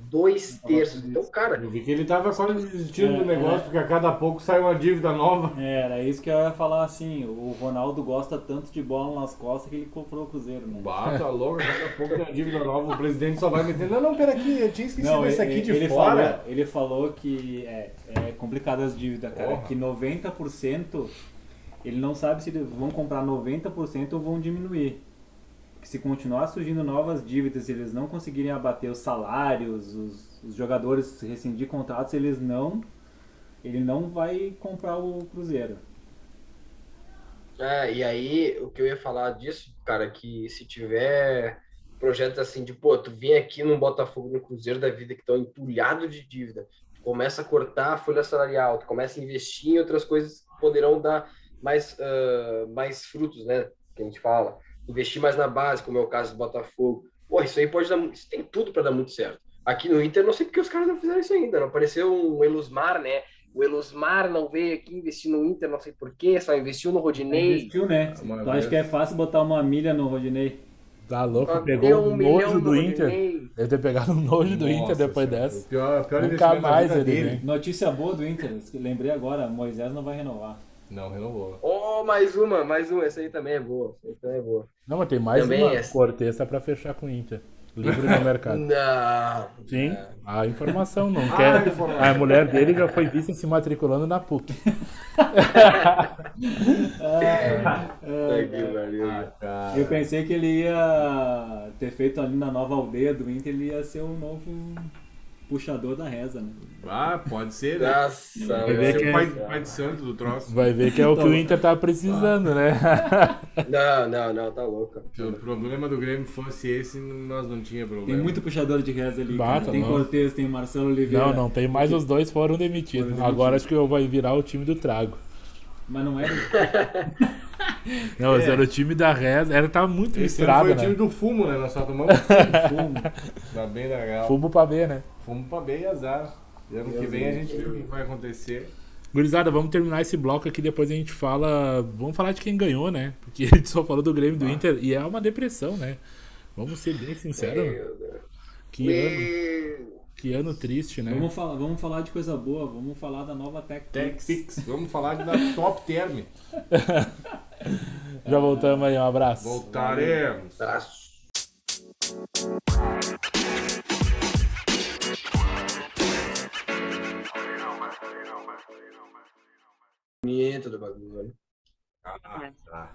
Dois terços. Então, cara, Eu vi que ele tava quase desistindo É, do negócio, é. porque a cada pouco sai uma dívida nova. É, era isso que eu ia falar assim. O Ronaldo gosta tanto de bola nas costas que ele comprou o Cruzeiro, né? Bah, tá louco, a cada pouco tem uma dívida nova, o presidente só vai meter. Não, não, peraí, eu tinha esquecido Não, esse aqui ele, de ele fora. Falou, ele falou que é, é complicado as dívidas, cara. Porra. Que 90% ele não sabe se eles vão comprar 90% ou vão diminuir. Que se continuar surgindo novas dívidas, e eles não conseguirem abater os salários, os, os jogadores rescindir contratos, eles não. Ele não vai comprar o Cruzeiro. É, e aí, o que eu ia falar disso, cara, que se tiver projetos assim de, pô, tu vem aqui no Botafogo, no Cruzeiro da vida, que estão entulhado de dívida, tu começa a cortar a folha salarial, tu começa a investir em outras coisas que poderão dar mais, ah, mais frutos, né? Que a gente fala. Investir mais na base, como é o caso do Botafogo. Pô, isso aí pode dar, mu- isso tem tudo para dar muito certo. Aqui no Inter, não sei porque os caras não fizeram isso ainda, não apareceu um Elusmar, né? O Elusmar não veio aqui investir no Inter, não sei porquê, só investiu no Rodinei. Investiu, né? Uma Tu acha vez. que é fácil botar uma milha no Rodinei? Tá louco? Só deu pegou um milhão nojo do no Inter. Rodinei. Deve ter pegado um nojo do Inter depois dessa. O pior, o pior Nunca investimento da mais vida ele vem. Notícia boa do Inter, lembrei agora, Moisés não vai renovar. Não, renovou. Oh, mais uma, mais uma. Essa aí também é boa. Essa aí também é boa. Não, mas tem mais Também uma essa. corteza para fechar com o Inter. Livre no mercado. Não. Sim, a informação não É. Ah, quer. a informação. A mulher dele já foi vista se matriculando na PUC. Puta que pariu. Ah, cara. Eu pensei que ele ia ter feito ali na nova aldeia do Inter, ele ia ser um novo puxador da reza, né? Ah, pode ser, né? Nossa, ver que velho. Ser é- o pai, pai de santo do troço. Vai ver que é o que Então, o Inter tá precisando, né? Não, não, não, tá louco. Se o problema do Grêmio fosse esse, nós não tinha problema. Tem muito puxador de reza ali. Bah, cara. tá Tem louco. Cortez, tem Marcelo Oliveira. Não, não tem mais, os dois foram demitidos. Foram Agora acho que eu vai virar o time do Trago. Mas não é era. Não, mas era o time da Reza, era tava muito É. Esse ano misturado, né? foi o time do fumo, né? Nós só tomamos fumo. Tá bem legal. Fumo pra ver, né? Fumo pra bem e azar. E ano que vem a gente vê o que vai acontecer. Gurizada, vamos terminar esse bloco aqui, depois a gente fala. Vamos falar de quem ganhou, né? Porque a gente só falou do Grêmio Ah. e do Inter e é uma depressão, né? Vamos ser bem É. sinceros. Meu Deus. Que ano, que ano triste, né? Vamos, falar, vamos falar de coisa boa, vamos falar da nova Tech Tech Pix. Pix. Vamos falar de da Top Term. Já voltamos aí, um abraço. Voltaremos. Nossa. Bonito do bagulho. Ah, tá.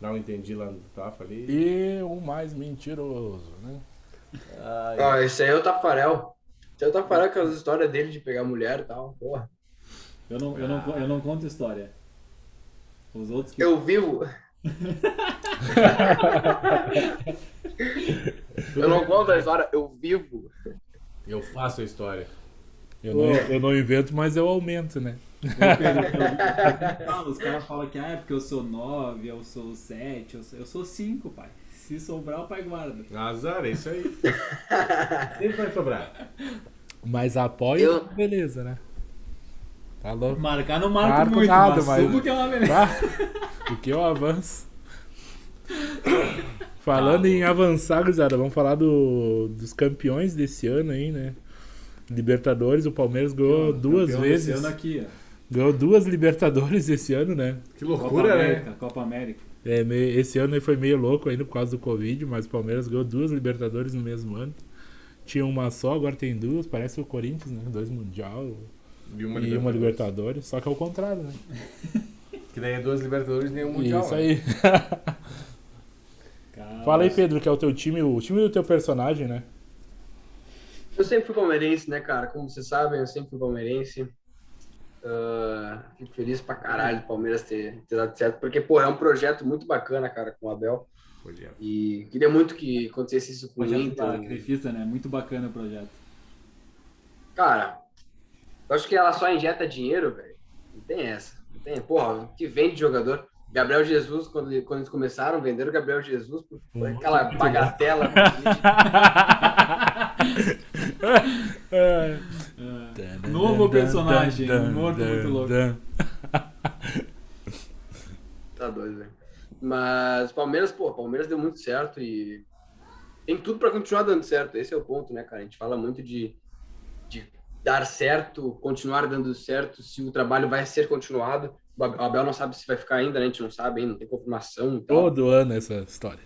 Não entendi lá no Tafa ali. E o mais mentiroso, né? Ó, esse aí é o Tafarel. Esse é o Tafarel com as histórias dele de pegar mulher e tal. Porra. Eu não, eu, não, eu não conto história. Os outros que. Eu vivo. eu não conto a história, eu vivo. Eu faço a história. Eu não, É. eu não invento, mas eu aumento, né? Ah, os caras falam que ah, é porque eu sou 9, eu sou 7, eu sou, eu sou 5, pai. Se sobrar, o pai guarda. Azar, é isso aí. Sempre vai sobrar. Mas apoio, Eu- beleza, né? Tá louco? Marcar não marco Marco muito, nada, mas mas- subo que é uma beleza. Tá? O que eu avanço. Falando em avançar, gurizada, vamos falar do, dos campeões desse ano aí, né? Libertadores, o Palmeiras ganhou duas Campeão desse vezes. ano é aqui, ó. Ganhou duas Libertadores esse ano, né? Que Copa loucura, né? América, Copa América. É, meio- esse ano aí foi meio louco ainda por causa do Covid, mas o Palmeiras ganhou duas Libertadores no mesmo ano. Tinha uma só, agora tem duas, parece o Corinthians, né? Dois Mundial E uma, e uma Libertadores, só que é o contrário, né? Que daí é duas Libertadores e nenhum Mundial. Isso né? aí. Cara, Fala aí, Pedro, que é o teu time, o time do teu personagem, né? Eu sempre fui palmeirense, né, cara? Como vocês sabem, eu sempre fui palmeirense. Ah, fico feliz pra caralho do Palmeiras ter, ter dado certo, porque, pô, é um projeto muito bacana, cara, com o Abel. Podia. E queria muito que acontecesse isso com o projeto da Inter. Crefisa, né? Muito bacana o projeto. Cara, eu acho que ela só injeta dinheiro, velho. Não tem essa. Não tem. Porra, o que vende jogador. Gabriel Jesus, quando, quando eles começaram, venderam o Gabriel Jesus por, por aquela bagatela. É. Novo personagem, um morto muito louco. tá doido, velho. Mas Palmeiras, pô, Palmeiras deu muito certo e tem tudo pra continuar dando certo. Esse é o ponto, né, cara? A gente fala muito de, de dar certo, continuar dando certo, se o trabalho vai ser continuado. O Ab- o Abel não sabe se vai ficar ainda, né? A gente não sabe ainda, não tem confirmação e tal. Todo ano essa história.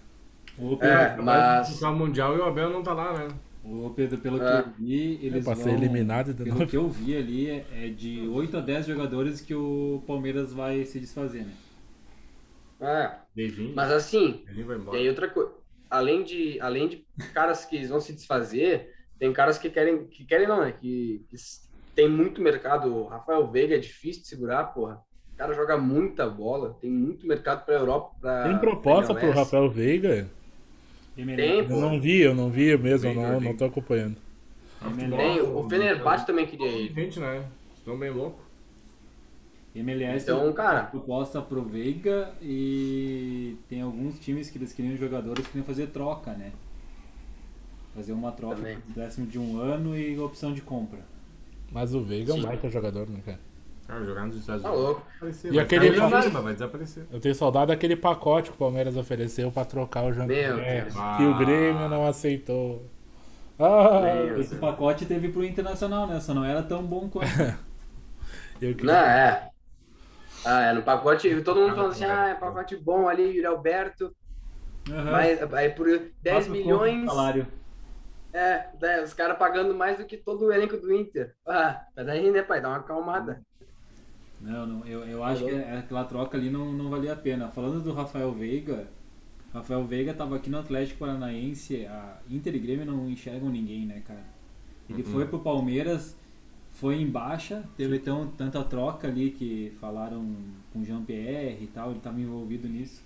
Ô, Pedro, É, mas. O Mundial e o Abel não tá lá, né? ô, Pedro, pelo É. que eu vi, Eu eles passei vão... eliminado né? de Pelo novo. que eu vi ali, é é de 8 a 10 jogadores que o Palmeiras vai se desfazer, né? É, Devinho. mas assim, Devinho vai embora. Tem outra coisa. Além de, além de caras que vão se desfazer, tem caras que querem, que querem não, né? Que, que s- tem muito mercado. O Rafael Veiga é difícil de segurar, porra. O cara joga muita bola, tem muito mercado pra Europa. Pra, Tem proposta pra pro MLS. Rafael Veiga? Tem, Eu pô. não vi, eu não vi mesmo, eu não, Veiga, não tô acompanhando. Tem. Bom, O Fenerbahçe também queria ele. Gente, né? Estão bem louco. MLS Então, cara. proposta pro Veiga e tem alguns times que eles queriam jogadores que queriam fazer troca, né? Fazer uma troca Também. pro décimo de um ano e opção de compra. Mas o Veiga é um Sim. baita jogador, né, cara? Ah, jogar nos Estados Tá Unidos. louco. Desaparecer, E vai aquele- ficar milionário, mas vai desaparecer. Eu tenho saudade daquele pacote que o Palmeiras ofereceu pra trocar o Jean Meu Pierre, Deus. que o Grêmio não aceitou. Ah, Meu É, Esse Deus. pacote teve pro Internacional, né? Só não era tão bom quanto. eu Não, queria... é. Ah, é, no pacote, todo mundo falando assim, ah, é pacote bom ali, Yuri Alberto, Ah. Aham. mas aí por 10 Quatro pontos de milhões, Salário. É, né, os caras pagando mais do que todo o elenco do Inter. Ah, peraí, né, pai? Dá uma acalmada. Não, não, eu, eu acho que é- aquela troca ali não, não valia a pena. Falando do Rafael Veiga, Rafael Veiga tava aqui no Atlético Paranaense, a Inter e Grêmio não enxergam ninguém, né, cara? Ele Uhum. foi pro Palmeiras, foi em baixa, teve tão, tanta troca ali que falaram com o Jean-Pierre e tal, ele tava envolvido nisso.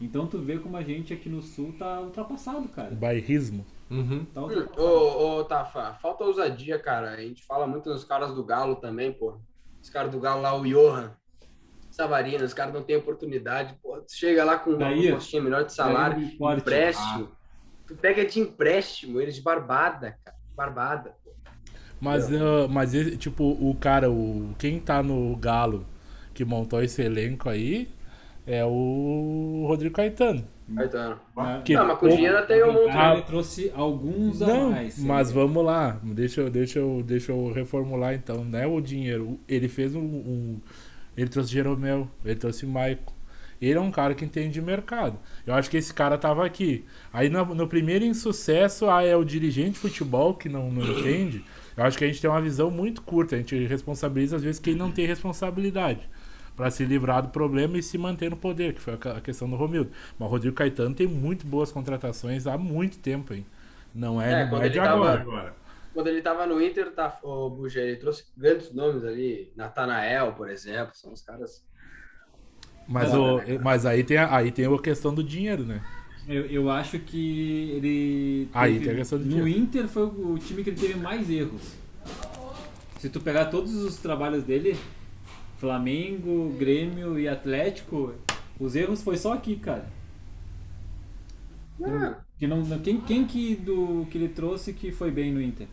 Então tu vê como a gente aqui no Sul tá ultrapassado, cara. Bairrismo. Uhum. Tá Ô, ultrapassado. Hum, ô, Tafa, falta ousadia, cara. A gente fala muito dos caras do Galo também, pô. Os caras do Galo lá, o Johan, Savarino, os caras não têm oportunidade. Pô, tu chega lá com uma Daí- postinha melhor de salário, Daí, forte. empréstimo. Tu pega de empréstimo, eles de barbada, cara. Barbada. Mas, ah, mas esse, tipo, o cara, o, quem tá no Galo que montou esse elenco aí é o Rodrigo Caetano. Hum. Caetano. Na- Que- Não, mas com dinheiro até eu um monto. né? Ah, ele trouxe alguns a Não, mais. mas Ele- vamos lá, deixa, eu- deixa, eu, deixa eu reformular então, não é o dinheiro, ele fez um, um- ele trouxe Jeromel, ele trouxe Maico, ele é um cara que entende de mercado, eu acho que esse cara tava aqui, aí na- no, primeiro insucesso, ah, é o dirigente de futebol que não, não entende, eu acho que a gente tem uma visão muito curta, a gente responsabiliza às vezes quem não tem responsabilidade. Pra se livrar do problema e se manter no poder, que foi a ca- a questão do Romildo. Mas o Rodrigo Caetano tem muito boas contratações há muito tempo, hein? Não é, É, não quando é ele de tava- agora. Agora. Quando ele tava no Inter, tá, o Buger, ele trouxe grandes nomes ali. Natanael, por exemplo, são os caras. Mas, o, mas aí, tem a, aí tem a questão do dinheiro, né? Eu, eu acho que ele. Aí, teve- tem a questão do No dinheiro. Inter foi o time que ele teve mais erros. Se tu pegar todos os trabalhos dele, Flamengo, Grêmio e Atlético, os erros foi só aqui, cara. Ah, Que não, não- quem quem que, do, que ele trouxe que foi bem no Inter?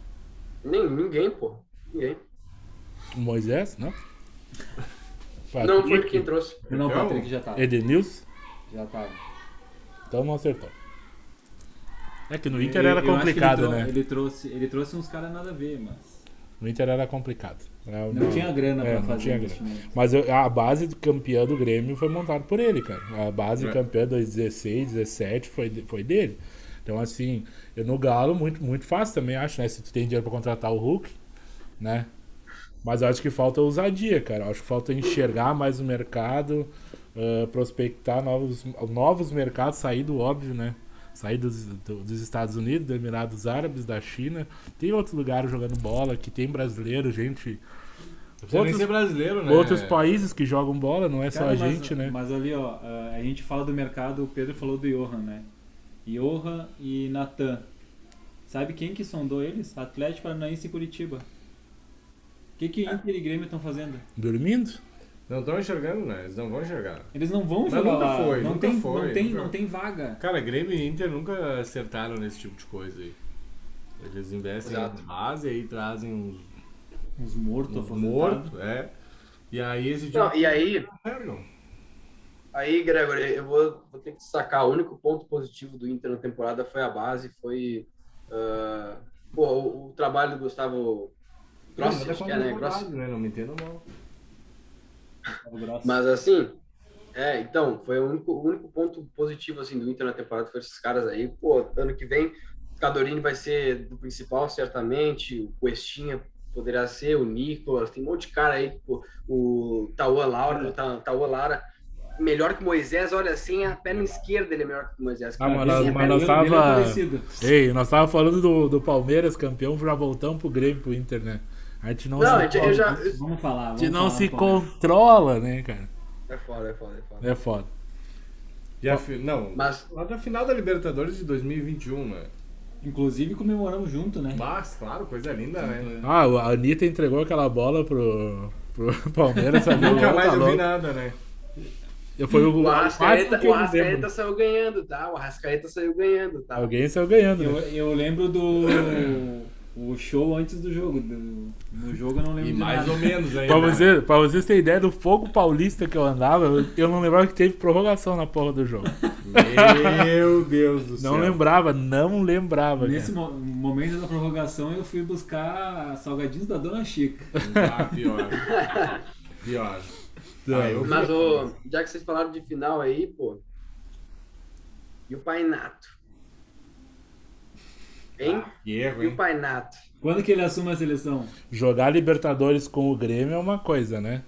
nem, ninguém, pô. Ninguém. O Moisés, né? Não foi quem trouxe. Não, o Então, Patrick já tava. Edenilson, Já tava. então não acertou. É que no Inter Eu- era eu acho que ele complicado, trou- né? Ele trouxe, ele trouxe uns caras nada a ver, mas. No Inter era complicado. É, Não, tinha grana é, pra não fazer tinha investimento. Mas eu- a base do campeão do Grêmio foi montada por ele, cara. A base É. campeã 2016, 17 foi, de- foi dele. Então, assim, eu no Galo, muito, muito fácil também, acho, né? Se tu tem dinheiro pra contratar o Hulk, né? Mas eu acho que falta ousadia, cara. Eu acho que falta enxergar mais o mercado, ah, prospectar novos, novos mercados, sair do óbvio, né? Sair dos, do- dos Estados Unidos, dos Emirados Árabes, da China. Tem outros lugares jogando bola, que tem brasileiro, gente Não precisa nem Outros- ser brasileiro, né? Outros países que jogam bola, não é só Cara, a mas- gente, né? Mas ali, ó, a- a gente fala do mercado, o Pedro falou do Johan, né? Johan e Natan. Sabe quem que sondou eles? Atlético Paranaense e Curitiba. O que, Ah. que Inter e Grêmio estão fazendo? Dormindo? Não estão enxergando, né? Eles não vão enxergar. Eles não vão Mas jogar nunca lá. foi, não nunca tem, foi, não tem, nunca. não tem vaga. Cara, Grêmio e Inter nunca acertaram nesse tipo de coisa aí. Eles investem Exato. em base aí trazem uns, Os mortos, uns aposentados. mortos, é. E aí esse time Não, e aí, não enxergam. Aí, Gregory, eu vou, vou ter que destacar. O único ponto positivo do Inter na temporada foi a base, foi ah, pô, o, o trabalho do Gustavo Grossi, Não, acho que é, né? não Grossi. né? Não me entendo mal. Gustavo Grossi. Mas assim, é, então, foi o único, o único ponto positivo assim, do Inter na temporada foi esses caras aí. Pô, ano que vem, o Cadorini vai ser do principal, certamente, o Cuestinha poderá ser, o Nicolas, tem um monte de cara aí, pô, o Tauan Laura, É. o Ta- Tauan Lara, melhor que o Moisés, olha, sem a perna esquerda ele é melhor que o Moisés. Assim, Ah, mas Sem a nós- perna mas nós Ele- tava- ele é parecido. Ei, nós tava falando do, do Palmeiras campeão, já voltamos pro Grêmio, pro Inter, né? A gente não, Não, se, eu já- eu já. Vamos falar. a Vamos gente não falar se do Palmeiras. controla, né, cara? É foda, é foda, é foda. É foda. E a fi- Não, Mas- lá da final da Libertadores de 2021, né? Inclusive comemoramos junto, né? Mas, claro, coisa linda, né? Ah, a Anitta entregou aquela bola pro, pro Palmeiras, sabe? Nunca mais Tá eu vi louco. nada, né? Eu fui o O quase Arrascaeta, que o eu lembro. Arrascaeta saiu ganhando, tá? O Arrascaeta saiu ganhando, tá? Alguém saiu ganhando, Eu, né? eu lembro do o show antes do jogo. Do, no jogo eu não lembro E de mais nada. ou menos ainda. né? Pra, você, pra vocês terem ideia do fogo paulista que eu andava, eu- eu não lembrava que teve prorrogação na porra do jogo. Meu Deus do céu. Não lembrava, não lembrava. cara. Nesse mo- momento da prorrogação eu fui buscar salgadinhos da Dona Chica. Ah, pior. Pior. Ah, eu Mas vi. ô, já que vocês falaram de final aí, pô. E o Painato? Hein? Que erro, E o Ah, hein? Painato? Quando que ele assume a seleção? Jogar Libertadores com o Grêmio é uma coisa, né?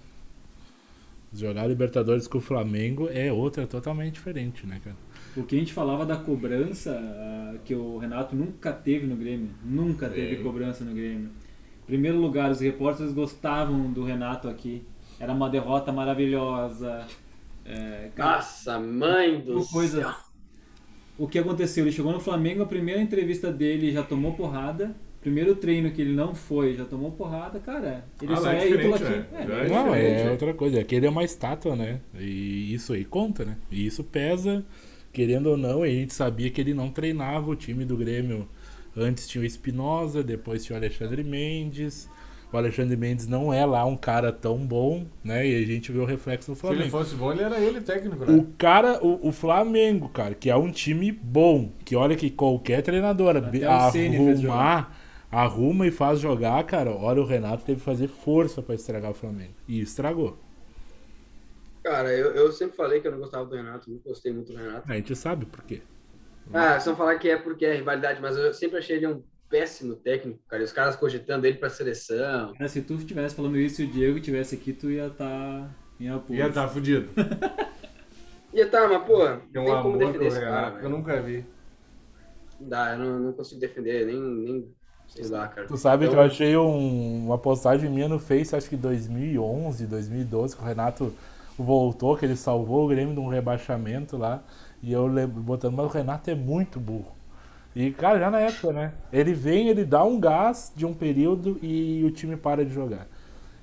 Jogar Libertadores com o Flamengo é outra totalmente diferente, né, cara? O que a gente falava da cobrança ah, que o Renato nunca teve no Grêmio. Nunca teve Sim. cobrança no Grêmio. Em primeiro lugar, os repórteres gostavam do Renato aqui. Era uma derrota maravilhosa. É, cara, Nossa, mãe do uma coisa. céu. O que aconteceu? Ele chegou no Flamengo, a primeira entrevista dele já tomou porrada. Primeiro treino que ele não foi, já tomou porrada, cara. Ele Ah, só lá é é, ídolo aqui. diferente, É, né? né? É Não, é diferente. outra coisa. é que ele é uma estátua, né? E isso aí conta, né? E isso pesa, querendo ou não. E a gente sabia que ele não treinava o time do Grêmio. Antes tinha o Espinosa, depois tinha o Alexandre Mendes. O Alexandre Mendes não é lá um cara tão bom, né? E a gente vê o reflexo no Se ele Flamengo. fosse bom, ele era ele É. técnico, né? O cara, o, o Flamengo, cara, que é um time bom, que olha que qualquer treinador Até o Ceni fez arrumar, arruma e faz jogar, cara, olha o Renato teve que fazer força pra estragar o Flamengo. E estragou. Cara, eu, eu sempre falei que eu não gostava do Renato, não gostei muito do Renato. A gente sabe por quê. Uhum. Ah, só falar que é porque é rivalidade, mas eu sempre achei ele um péssimo técnico, cara. E os caras cogitando ele pra seleção. Cara, se tu estivesse falando isso e o Diego estivesse aqui, tu ia estar em apuros. tá. Ia estar fudido. E tá, mas, pô, não Tem tem um como amor defender pelo esse cara, Renato que eu velho. nunca vi. Não dá, eu não, não consigo defender, nem, nem sei lá, cara. Tu sabe que eu Então, achei um- uma postagem minha no Face, acho que 2011, 2012, que o Renato voltou, que ele salvou o Grêmio de um rebaixamento lá. E eu lembro, botando, mas o Renato é muito burro. E, cara, já na época, né? Ele vem, ele dá um gás de um período e o time para de jogar.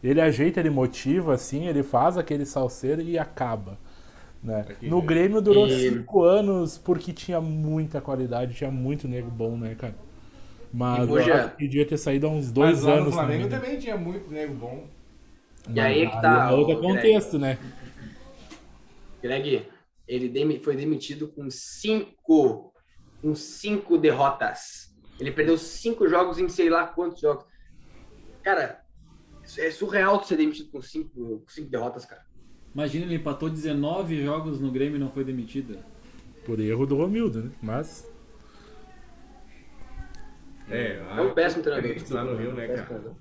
Ele ajeita, ele motiva, assim, ele faz aquele salseiro e acaba. Né? Aqui, No né? Grêmio durou E- cinco anos porque tinha muita qualidade, tinha muito nego bom, né, cara? Mas E hoje eu é. acho que devia ter saído há uns dois Mas lá no anos. Flamengo também, né? também tinha muito nego bom. E aí que Mas tá, é outro ô, contexto, né? Greg, ele demi- foi demitido com cinco, com cinco derrotas. Ele perdeu cinco jogos em sei lá quantos jogos. Cara, isso é surreal tu ser demitido com cinco, com cinco derrotas, cara. Imagina, ele empatou 19 jogos no Grêmio e não foi demitido. Por erro do Romildo, né? Mas. É, É um péssimo treinador. Lá no Rio, né, Péssimo cara? treinador.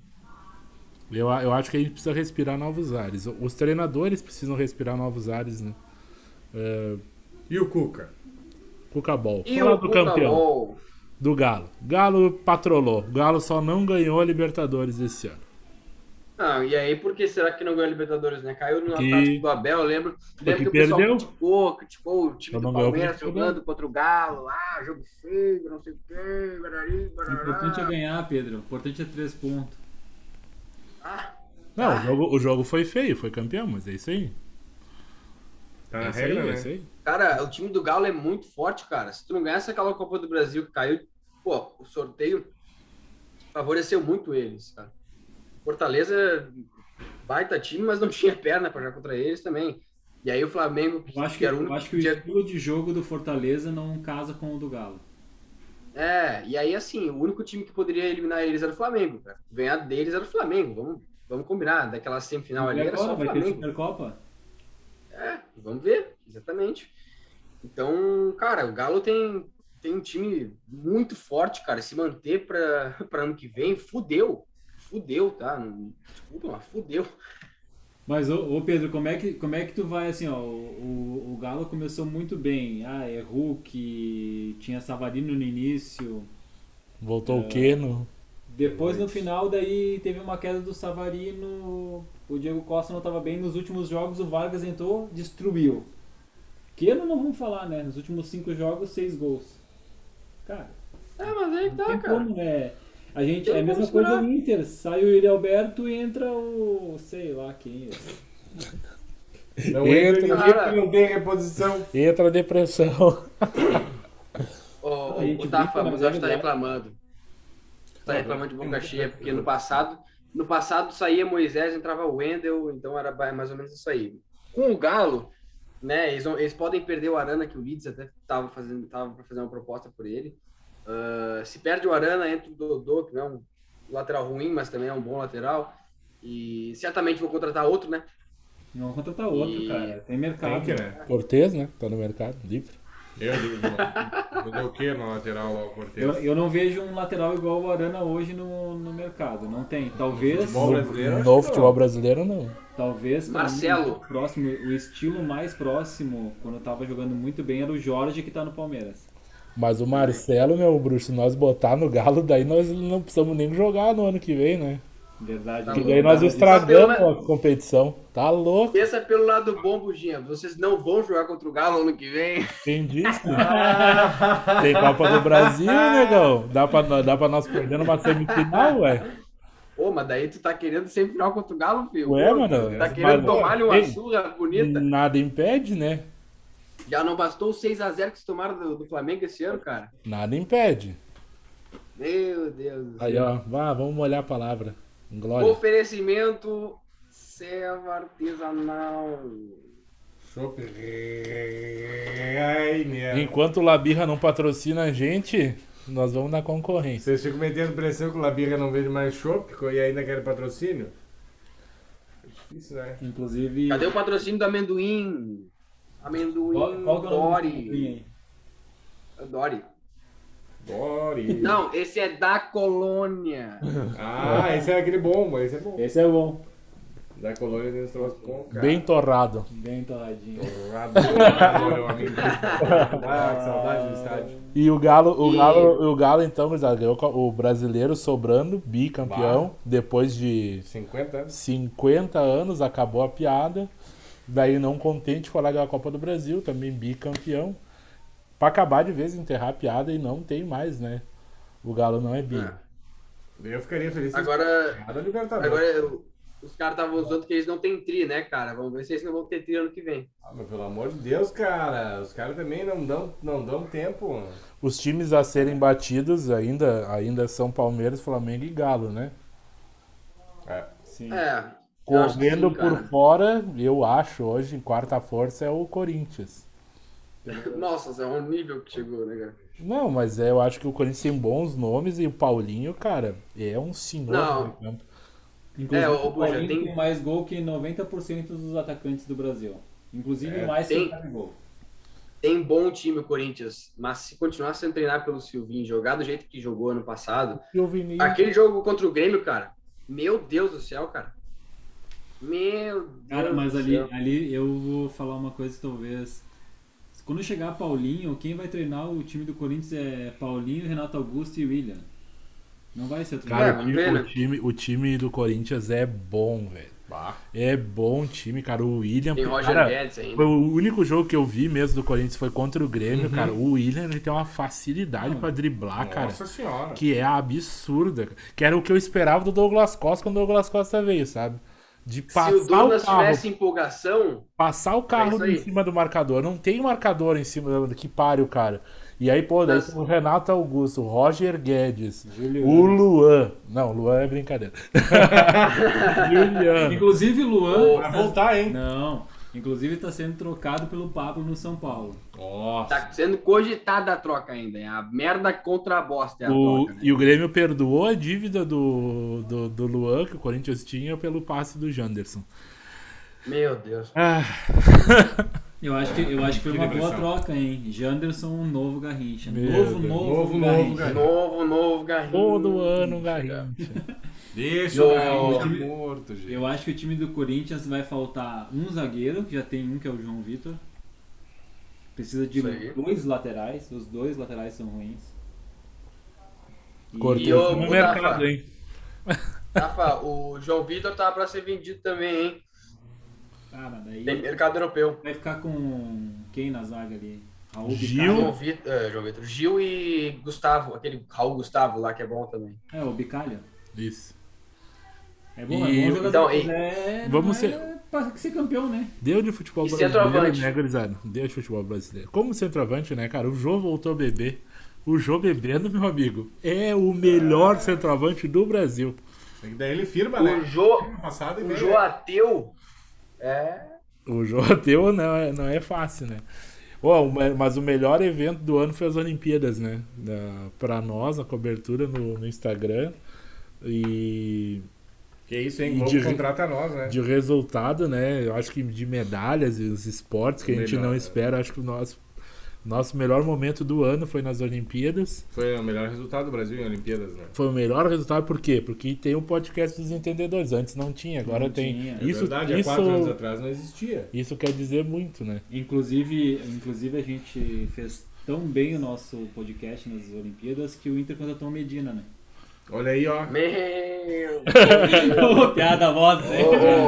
Eu, eu acho que a gente precisa respirar novos ares. Os treinadores precisam respirar novos ares, né? É, E o Cuca? Cucabol. E Fala o do campeão. Cucabol? Do Galo. Galo patrolou. Galo só não ganhou a Libertadores esse ano. Ah, e aí, por que será que não ganhou a Libertadores, né? Caiu no Porque- ataque do Abel, eu lembro. Lembro que o pessoal perdeu. criticou, criticou o time Então não do ganhou Palmeiras porque perdeu. jogando contra o Galo, ah, jogo feio, não sei o quê, barari, O barará. importante é ganhar, Pedro. O importante é 3 pontos. Ah, Não, o, jogo, o jogo foi feio, foi campeão, mas é isso aí. Tá É na isso aí, regra, é né? isso aí. Cara, o time do Galo é muito forte, cara. Se tu não ganhasse aquela Copa do Brasil que caiu, pô, o sorteio favoreceu muito eles, cara. Fortaleza, baita time, mas não tinha perna pra jogar contra eles também. E aí o Flamengo, Eu acho que, era o único eu acho que o tinha- estilo de jogo do Fortaleza não casa com o do Galo. É, e aí assim, o único time que poderia eliminar eles era o Flamengo, cara. Ganhar deles era o Flamengo, vamos, vamos combinar. Daquela semifinal ali E era só o agora vai ter Flamengo. Supercopa? É, vamos ver, exatamente. Então, cara, o Galo tem, tem um time muito forte, cara. Se manter pra, pra ano que vem, fudeu. Fudeu, tá? Não- Desculpa, mas fudeu. Mas, ô, ô, Pedro, como é, que, como é que tu vai assim, ó? O, o, o Galo começou muito bem. Ah, é Hulk, tinha Savarino no início. É. Voltou o Keno. Depois no final daí teve uma queda do Savarino, o Diego Costa não estava bem nos últimos jogos, o Vargas entrou, destruiu. Que não vamos falar, né? Nos últimos cinco jogos, seis gols. Cara, É, mas aí que não tá, tem cara. como, né? A gente, Tem é a como mesma segurar. coisa no Inter, sai o Yuri Alberto e entra o, sei lá quem. Não Entra, entra ninguém cara. que não tem reposição. Entra a depressão. Ô, A gente ô, ô, brinca, Tafa, mas mas é eu acho que tá verdade. reclamando. Tá reclamando de boca cheia, porque no passado, no passado saía Moisés, entrava o Wendel, então era ba- mais ou menos isso aí. Com o Galo, né, eles, vão- eles podem perder o Arana, que o Leeds até tava fazendo, tava pra fazer uma proposta por ele. Ah, se perde o Arana, entra o Dodô, que não é um lateral ruim, mas também é um bom lateral. E certamente vou contratar outro, né? Não vou contratar outro, E- cara. Tem Tem mercado. que, né? Cortez, né? Tá no mercado, livre. Eu digo, não. Não deu o quê na lateral lá, o Eu, Cortez? eu não vejo um lateral igual o Arana hoje no, no mercado. Não tem. Talvez, Futebol brasileiro, acho No que futebol não. brasileiro, não. talvez pra mim, Marcelo. o próximo, o estilo mais próximo quando eu tava jogando muito bem era o Jorge que tá no Palmeiras. Mas o Marcelo, meu bruxo, se nós botar no galo, daí nós não precisamos nem jogar no ano que vem, né? Verdade. Tá né? Porque louco, daí nós Verdade. estragamos Marcelo, a competição. Tá louco, Pensa pelo lado bom, Buginha. Vocês não vão jogar contra o Galo ano que vem. quem disse? Tem Copa do Brasil, negão. Dá pra, nó- dá pra nós perder numa semifinal, ué. Ô, mas daí tu tá querendo sempre final contra o Galo, filho. Ué, Pô, mano, Tá querendo mas- tomar-lhe uma Ei. surra bonita. Nada impede, né? Já não bastou o 6x0 que vocês tomaram do, do Flamengo esse ano, cara? Nada impede. Meu Deus do Aí, céu. ó, vá, vamos molhar a palavra. Glória. Oferecimento Ceva Artesanal. Chopp. Rainer. Enquanto o Labirra não patrocina a gente, nós vamos na concorrência. Vocês ficam metendo pressão que o Labirra não vende mais chopp co- e ainda quer patrocínio? É difícil, né? Inclusive. Cadê o patrocínio do amendoim? Amendoim Qual, qual que é o nome desse grupinho Dori. aí? Dori. Dori. Não, esse é da colônia. Ah, esse é aquele bom, mas esse é bom. Esse é bom. Da colônia tem uns troços bons, cara. Bem torrado. Bem É, torradinho. Adoro, amigo. Ah, que saudade do estádio. E o Galo, o E- Galo, o Galo então, gurizada, ganhou co- o brasileiro sobrando, bicampeão, depois de 50 anos. 50 anos, acabou a piada. Daí, não contente, foi lá ganhar a Copa do Brasil, também bicampeão. Pra acabar de vez, enterrar a piada e não tem mais, né? O Galo não é bi. É. Eu ficaria feliz se Agora, nada tá Libertadores. agora eu- os caras estavam usando que eles não têm tri, né, cara? Vamos ver se eles não vão ter tri ano que vem. Ah, mas pelo amor de Deus, cara. Os caras também não dão, não dão tempo. Os times a serem batidos ainda, ainda são Palmeiras, Flamengo e Galo, né? É. Sim. É. eu acho que sim, Correndo por cara. fora, eu acho hoje, em quarta força, é o Corinthians. Nossa, Zé, é um nível que chegou, né, cara? Não, mas é, eu acho que o Corinthians tem bons nomes e o Paulinho, cara, é um senhor Não. no campo. Inclusive, É, ô, o Buja, Paulinho tem- tem... mais gol que 90% dos atacantes do Brasil. Inclusive É, mais tem. que o Gabigol. Tem um bom time o Corinthians, mas se continuar sendo treinado pelo Silvinho, jogar do jeito que jogou ano passado, E o Vinícius. aquele jogo contra o Grêmio, cara, meu Deus do céu, cara. Meu Deus Cara, mas do ali, céu. ali eu vou falar uma coisa talvez. Quando chegar Paulinho, quem vai treinar o time do Corinthians é Paulinho, Renato Augusto e William. Não vai ser outro Cara, É, o vamos time- ver, né? o, time, o time do Corinthians é bom, velho. É bom time, cara. O William. Tem Roger cara, Guedes ainda. foi o único jogo que eu vi mesmo do Corinthians foi contra o Grêmio, cara. O William ele tem uma facilidade pra driblar, ah, cara. Nossa senhora. que é absurda, cara. que era o que eu esperava do Douglas Costa quando o Douglas Costa veio, sabe? De Se o passar o, Douglas carro, tivesse empolgação, passar o carro É isso aí. em cima do marcador, não tem marcador em cima do- que pare o cara. E aí, pô, daí Mas- tem o Renato Augusto, o Roger Guedes, Juliano. o Luan. Não, Luan é brincadeira. Juliano. Inclusive Luan. tá- Vai voltar, hein? Não. Inclusive tá sendo trocado pelo Pablo no São Paulo. Nossa. tá sendo cogitada a troca ainda. É a merda contra a bosta. É a O- troca, né? e o Grêmio perdoou a dívida do, do, do Luan que o Corinthians tinha pelo passe do Janderson. Meu Deus. Ah, Eu acho que, eu acho que foi Que uma boa depressão. troca, hein? Janderson, um novo Garrincha. Meu novo, Deus. novo, Novo, novo Garrincha. Garrincha. Novo, novo, Garrincha. todo ano um Garrincha. Deixa Não. o Garrincha morto, gente. Eu acho que o time do Corinthians vai faltar um zagueiro, que já tem um que é o João Vitor. Precisa de Isso aí. dois laterais, os dois laterais são ruins. E- E Cortou o no Mudafa? mercado, hein? Rafa, o João Vitor tá pra ser vendido também, hein? Cara, Ah, daí Tem mercado europeu. vai ficar com quem na zaga ali? Raul Gil. João Bicalho? Vitor, é, João Vitor. Gil e Gustavo, aquele Raul Gustavo lá que é bom também. É, o Bicalho. Isso. É bom, E- é bom jogador. então, mas e- é, vamos não ser- É pra ser campeão, né? Deu de futebol E brasileiro, centroavante? né, gurizada? Deu de futebol brasileiro. Como centroavante, né, cara? O Jô voltou a beber. O Jô bebendo, meu amigo, é o melhor Ah. centroavante do Brasil. É que daí ele firma, né? O Jô, Ano Passado e o vem, Jô né? ateu é O Jô ateu não é, não é fácil, né? Ó, o me- mas o melhor evento do ano foi as Olimpíadas, né? Da, pra nós, a cobertura no, no Instagram. E Que isso, hein? E O de- Globo contrata nós, né? de resultado, né? Eu acho que de medalhas e os esportes que a gente Melhor, não né? espera, acho que o nosso Nosso melhor momento do ano foi nas Olimpíadas. Foi o melhor resultado do Brasil em Olimpíadas, né? Foi o melhor resultado, por quê? Porque tem o podcast dos entendedores. Antes não tinha, agora Não tem. tinha. É É Isso, verdade, há quatro anos isso, atrás não existia. isso quer dizer muito, né? Inclusive, inclusive a gente fez tão bem o nosso podcast nas Olimpíadas que o Inter contratou o Medina, né? Olha aí, ó. Meu! Ô, Piada voz, Ô, ô, ô,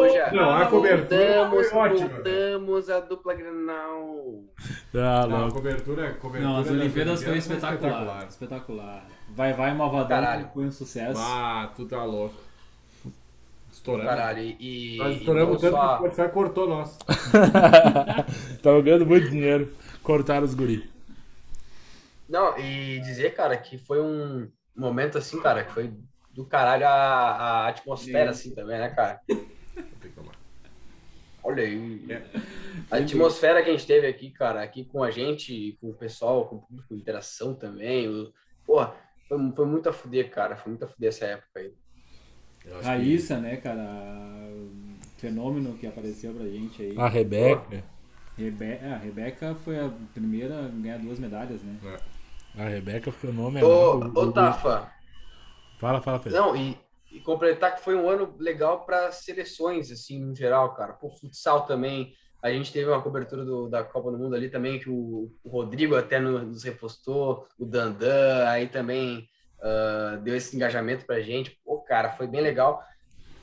ô, Boja. Não, a cobertura voltamos, foi ótima, voltamos a dupla Grenal. Ah, Tá Não, a louco. cobertura, a cobertura Não, as das Olimpíadas foi espetacular. espetacular. Espetacular. Vai, vai, Malvadão, Caralho. foi um sucesso. Ah, tu tá louco. Estourando. Caralho, e. e- Tá. Nós e não estouramos tanto que o só... Spotify cortou nós. Tava ganhando tá muito dinheiro. Cortaram os guri. Não, e dizer, cara, que foi um momento assim, cara, que foi do caralho a, a atmosfera, assim também, né, cara? Olha aí. A atmosfera que a gente teve aqui, cara, aqui com a gente, com o pessoal, com o público, interação também. O... Porra, foi, foi muito a fuder, cara. Foi muito a fuder essa época aí. Eu acho que- Raíssa, né, cara? um Fenômeno que apareceu pra gente aí. A Rebeca. Rebe- é, a Rebeca foi a primeira a ganhar duas medalhas, né? A Rebeca foi o nome. é Ô, tá. ô Tafa, Fala, fala, Pedro. não, e, e completar que foi um ano legal para seleções, assim, no geral, cara. Pô, futsal também. A gente teve uma cobertura do- da Copa do Mundo ali também, que o, o Rodrigo até no- nos repostou, o Dandan aí também ah, deu esse engajamento pra gente. Pô, cara, foi bem legal.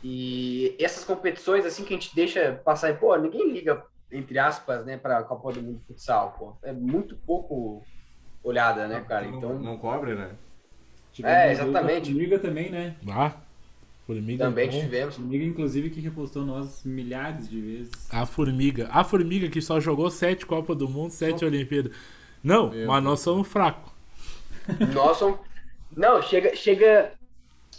E essas competições, assim, que a gente deixa passar, e, pô, ninguém liga, entre aspas, né, pra Copa do Mundo de Futsal, pô. É muito pouco olhada, né, cara? Não- Então, Não cobre, né? Tivemos É, a Duda exatamente. Formiga também, né? Ah, formiga. também Então, bom. tivemos. Formiga, inclusive, que repostou nós milhares de vezes. A formiga. A formiga que só jogou sete Copa do Mundo, sete Olimpíadas. Não, Meu mas nós somos fracos. Nós somos. Não, chega, chega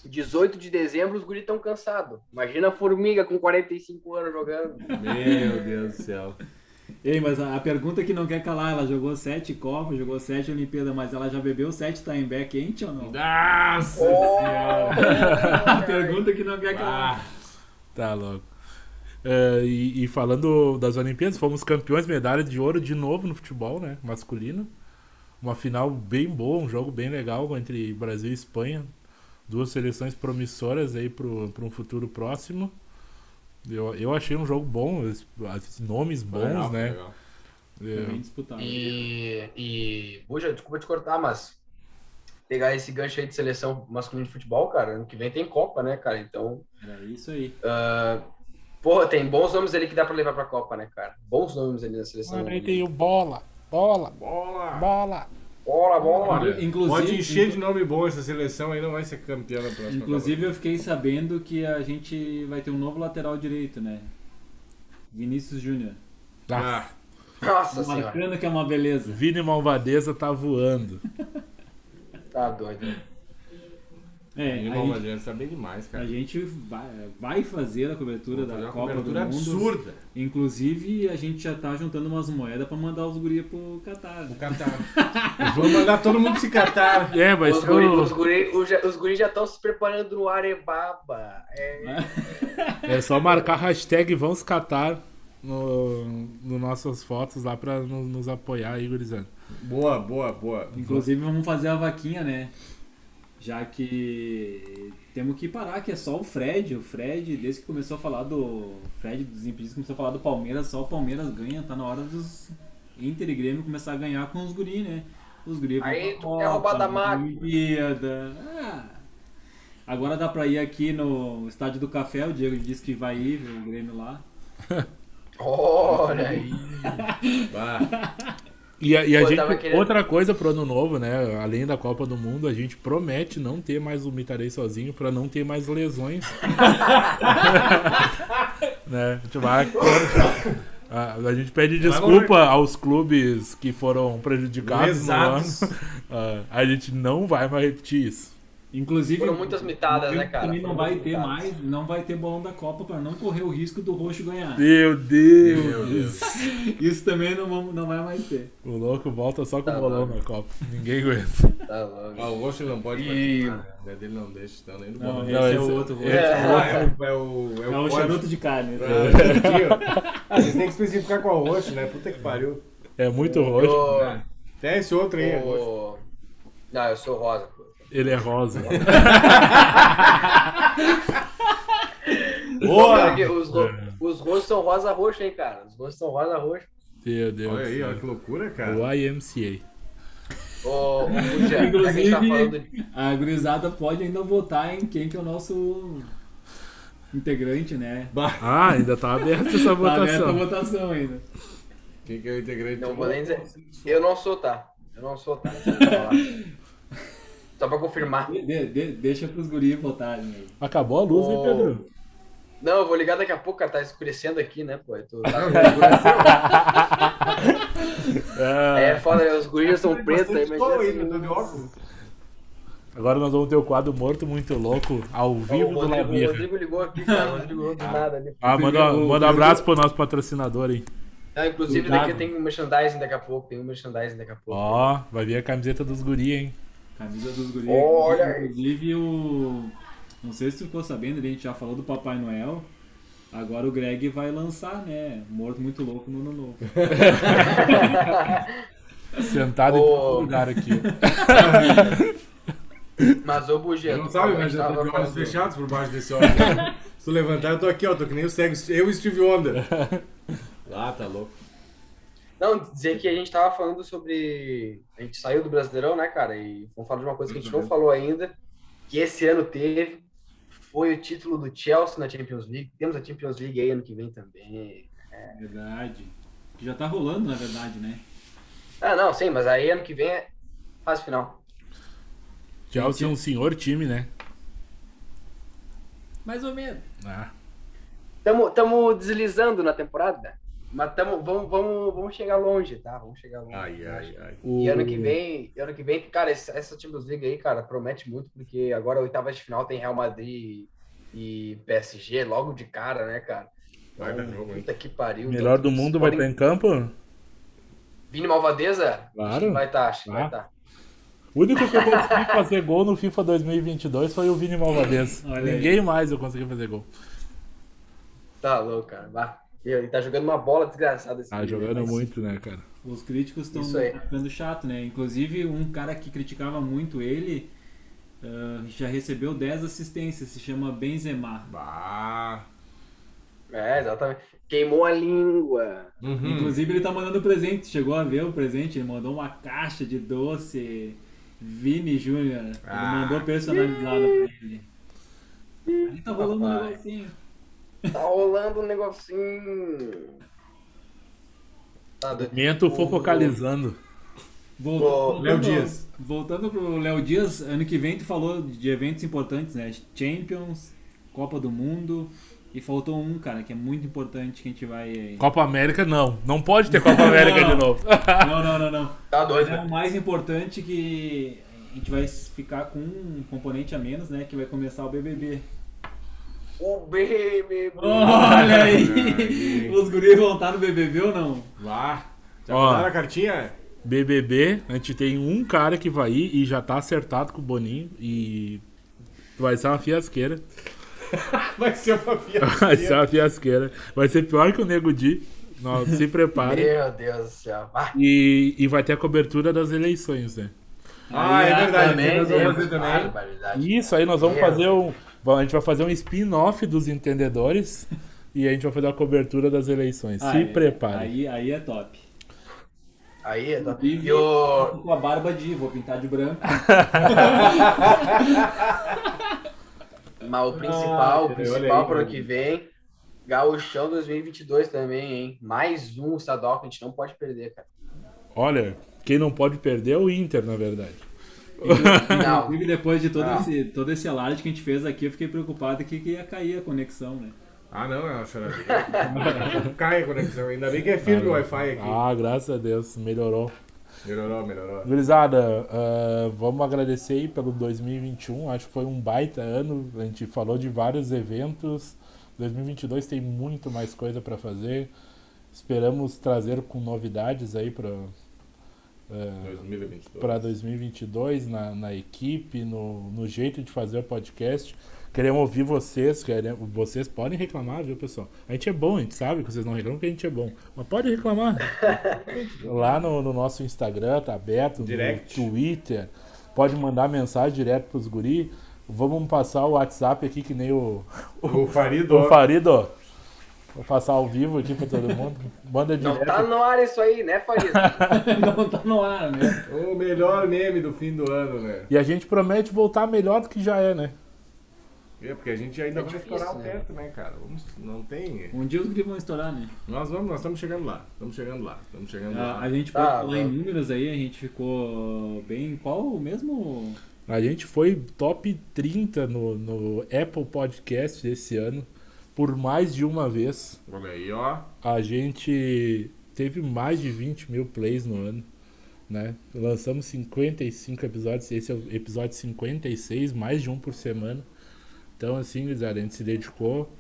18 de dezembro, os guris estão cansados. Imagina a formiga com 45 anos jogando. Meu Deus do céu. Ei, mas a, a pergunta é que não quer calar, ela jogou sete Copas, jogou sete Olimpíadas, mas ela já bebeu sete Timeback quente ou não? Nossa a pergunta que não quer calar. Ah, Tá louco. É, e, e falando das Olimpíadas, fomos campeões, medalha de ouro de novo no futebol, né? Masculino. Uma final bem boa, um jogo bem legal entre Brasil e Espanha. Duas seleções promissoras aí pro, pro um futuro próximo. Eu, eu achei um jogo bom, os- os nomes bons, legal, né? legal. Foi É, bem disputado. E. e Buja, desculpa te cortar, mas pegar esse gancho aí de seleção masculina de futebol, cara, ano que vem tem Copa, né, cara? Então. Era isso aí. Porra, tem bons nomes ali que dá pra levar pra Copa, né, cara? Bons nomes ali na seleção. Mano, aí tem o bola, bola, Bola! bola. Bola, bola. Olha, Inclusive- pode encher de nome bom essa seleção aí, não vai ser campeã na próxima. Inclusive eu fiquei sabendo que a gente vai ter um novo lateral direito, né? Vinícius Júnior. Ah, Copa. Nossa senhora. Marcando que é uma beleza. Vini Malvadeza tá voando. Tá doido. É, Ah, a Nilma gente, Maggiano sabe demais, a cara. gente vai, vai fazer a cobertura Fazer da uma Copa do cobertura Mundo. absurda. Inclusive a gente já tá juntando umas moedas pra mandar os guria pro Catar. O Catar. Vou mandar todo mundo se catar. É, mas Os guris os guri, os ja- os guri já estão se preparando no Arebaba. É. né? É só marcar hashtag vamos catar no, no nossas fotos lá pra nos, nos apoiar aí, gurizada. Boa, boa, boa. Inclusive vamos fazer a vaquinha, né? Já que temos que parar, que é só o Fred. O Fred, desde que começou a falar do. Fred dos impedidos começou a falar do Palmeiras, só o Palmeiras ganha. Tá na hora dos Inter e Grêmio começar a ganhar com os guri, né? Os guri vão Aí pra tu quer Copa, roubar da máquina. Olimpíada. Ah. Agora dá pra ir aqui no Estádio do Café, o Diego disse que vai ir ver o Grêmio lá. Olha aí. Bah, E, a- e a Pô, eu tava gente, querendo- outra coisa pro ano novo, né? Além da Copa do Mundo, a gente promete não ter mais o Mitarei sozinho pra não ter mais lesões. né? A gente vai. A, a gente pede desculpa aos clubes que foram prejudicados no ano. Lesados. Ah, a gente não vai mais repetir isso. Inclusive. Foram muitas mitadas, né, cara? Também um não Foram vai muitas ter mitadas. mais, não vai ter bolão da Copa pra não correr o risco do roxo ganhar. Meu Deus! Meu Deus. Isso também não, vamos- não vai mais ter. O louco volta só com Tá o bolão bom. na Copa. Ninguém aguenta. Tá louco. Ah, o Roxo não pode participar. né? Dele não deixa, então nem do Não, bom. esse é o outro. esse é Ah, é o- é o. É. É o código. charuto de carne. esse é aí. é Ah, entendi. Ah, vocês têm que especificar qual roxo, né? Puta que pariu. É muito roxo. Eu- Até esse outro aí. agora. eu- Não, eu sou rosa. pô. Ele é rosa. Pior Boa! que Os, ro- os rostos são rosa roxo, hein, cara? Os rostos são rosa roxo. Meu Deus. Olha aí, do olha céu. que loucura, cara. O YMCA. Ô, ô, Puxa, já que a gente tá falando de- Inclusive, a gurizada pode ainda votar em quem que é o nosso integrante, né? Bah, Ah, ainda tá aberta essa Tá aberta a votação. votação ainda. Quem que é o integrante? Não vou nem dizer. Eu não sou, tá? Eu não sou, tá? Só pra falar. Só pra confirmar. De- de- deixa pros guris votarem aí. Acabou a luz, hein, Ô. Pedro? Não, eu vou ligar daqui a pouco, cara. Tá escurecendo aqui, né, pô? Eu tô- É foda, os guris são pretos aí, mas. é assim. Estou indo, tô tá de óculos. Agora nós vamos ter o quadro Morto Muito Louco ao Ó, vivo O do Rodrigo, o Labirra. Rodrigo ligou aqui, cara. O Rodrigo ligou do nada ali. Ah, manda, manda um abraço pro nosso patrocinador, hein? Ah, inclusive, Cuidado. daqui tem um merchandising daqui a pouco. Tem um merchandising daqui a pouco. Ó, vai vir a camiseta dos guri, hein? Camisa dos guris. Olha aí. Inclusive o. Não sei se tu ficou sabendo, a gente já falou do Papai Noel. Agora o Greg vai lançar, né? Morto muito louco no ano novo. Sentado em Ô. todo lugar aqui. Mas, ô, Bugê. Não tu sabe, falou mas que eu tô tava de olhos falando- fechados por baixo desse óculos. Se eu levantar, eu tô aqui, ó. Tô que nem o cego. Eu e Steve Wonder. Lá, tá louco. Não, dizer que a gente tava falando sobre. A gente saiu do Brasileirão, né, cara? E vamos falar de uma coisa que a gente não falou ainda, que esse ano teve. Foi o título do Chelsea na Champions League. Temos a Champions League aí ano que vem também. Verdade. Que já tá rolando, na verdade, né? Ah, não, sim, mas aí ano que vem é fase final. Chelsea é um senhor time, né? Mais ou menos. Ah, Tamo, tamo deslizando na temporada, né? mas tamo, vamos, vamos, vamos chegar longe, tá? Vamos chegar longe. Ai, ai, ai. o... E ano que vem, ano que vem, cara, essa, essa Champions League aí, cara, promete muito, porque agora a oitava de final tem Real Madrid e PSG logo de cara, né, cara? Então, Vai dar jogo, hein? Puta que pariu. Melhor do Então, mundo vocês vai estar podem- em campo? Vini Malvadeza? Claro. Acho que Vai estar, acho que Ah. vai tá. estar. O único que eu consegui fazer gol no FIFA 2022 foi o Vini Malvadez. Olha aí. Ninguém mais eu consegui fazer gol. Tá louco, cara. vá. Ele tá jogando uma bola desgraçada. Esse Tá menino, jogando mas- muito, né, cara? Os críticos estão Isso aí. ficando chato, né? Inclusive, um cara que criticava muito ele ah, já recebeu 10 assistências, se chama Benzema. Bah. É, exatamente. Queimou a língua. Uhum. Inclusive, ele tá mandando presente. Chegou a ver o presente? Ele mandou uma caixa de doce Vini Júnior. Ele Ah. mandou personalizado pra ele. Ali tá rolando um Papai. negocinho. Tá rolando um negocinho. Tá doido. Mento O- fofocalizando. Voltando, Ô, Léo Dias. Voltando pro Léo Dias, ano que vem tu falou de eventos importantes, né? Champions, Copa do Mundo. E faltou um, cara, que é muito importante que a gente vai. Copa América, não. Não pode ter Copa América de novo. Não, não, não, não. Tá doido, É né? o mais importante que a gente vai ficar com um componente a menos, né? Que vai começar o BBB. O baby. Olha aí! Os guris vão estar no BBB ou não? Vá. Já Ó. mandaram a cartinha? BBB, a gente tem um cara que vai ir e já tá acertado com o Boninho e vai ser uma fiasqueira. Vai ser uma via. Vai ser uma fiasqueira. Vai ser pior que o Nego Di. Não, se preparem. Meu Deus do céu. Ah, E, e vai ter a cobertura das eleições, né? Ah, é verdade. né, também, nós vamos Deus, fazer também. barbaridade. Isso, aí nós vamos Meu fazer um. A gente vai fazer um spin-off dos entendedores e a gente vai fazer a cobertura das eleições. Ah, Se é. preparem. Aí, aí é top. Aí, tá... Vive- e o... Com a barba de, vou pintar de branco. Mas o principal, Ah, o olha aí, principal para o mano. ano que vem, Gaúchão 2022 também, hein? Mais um estadual que a gente não pode perder, cara. Olha, quem não pode perder é o Inter, na verdade. Não, Inclusive, depois de todo, Ah. esse, todo esse alarde que a gente fez aqui, eu fiquei preocupado que, que ia cair a conexão, né? Ah, não, é uma choradeira. Cai a conexão. Ainda bem que é firme o Wi-Fi aqui. Ah, graças a Deus, melhorou. Melhorou, melhorou. Gurizada, ah, vamos agradecer aí pelo 2021. Acho que foi um baita ano. A gente falou de vários eventos. 2022 tem muito mais coisa para fazer. Esperamos trazer com novidades aí para 2022. para 2022 na, na equipe, no, no jeito de fazer o podcast. Queremos ouvir vocês, queremos... vocês podem reclamar, viu, pessoal? A gente é bom, a gente sabe que vocês não reclamam porque a gente é bom. Mas pode reclamar. Lá no, no nosso Instagram, tá aberto, Direct. no Twitter. Pode mandar mensagem direto pros guri. Vamos passar o WhatsApp aqui, que nem o, O Farido. o Farido. Vou passar ao vivo aqui pra todo mundo. Manda Não né? direto. tá no ar isso aí, né, Farido? Não tá no ar, né? O melhor meme do fim do ano, né? E a gente promete voltar melhor do que já é, né? É, porque a gente ainda É vai difícil, estourar o né? teto, né, cara? Vamos- não tem. Um dia os guri vão estourar, né? Nós vamos, nós estamos chegando lá. Estamos chegando lá. Estamos chegando A, lá. a gente Tá, pode falar em mano. números aí, a gente ficou bem. Qual o mesmo. A gente foi top 30 no, no Apple Podcast esse ano, por mais de uma vez. Olha aí, ó. A gente teve mais de 20 mil plays no ano, né? Lançamos 55 episódios, esse é o episódio 56, mais de um por semana. Então, assim, gurizada, a gente se dedicou,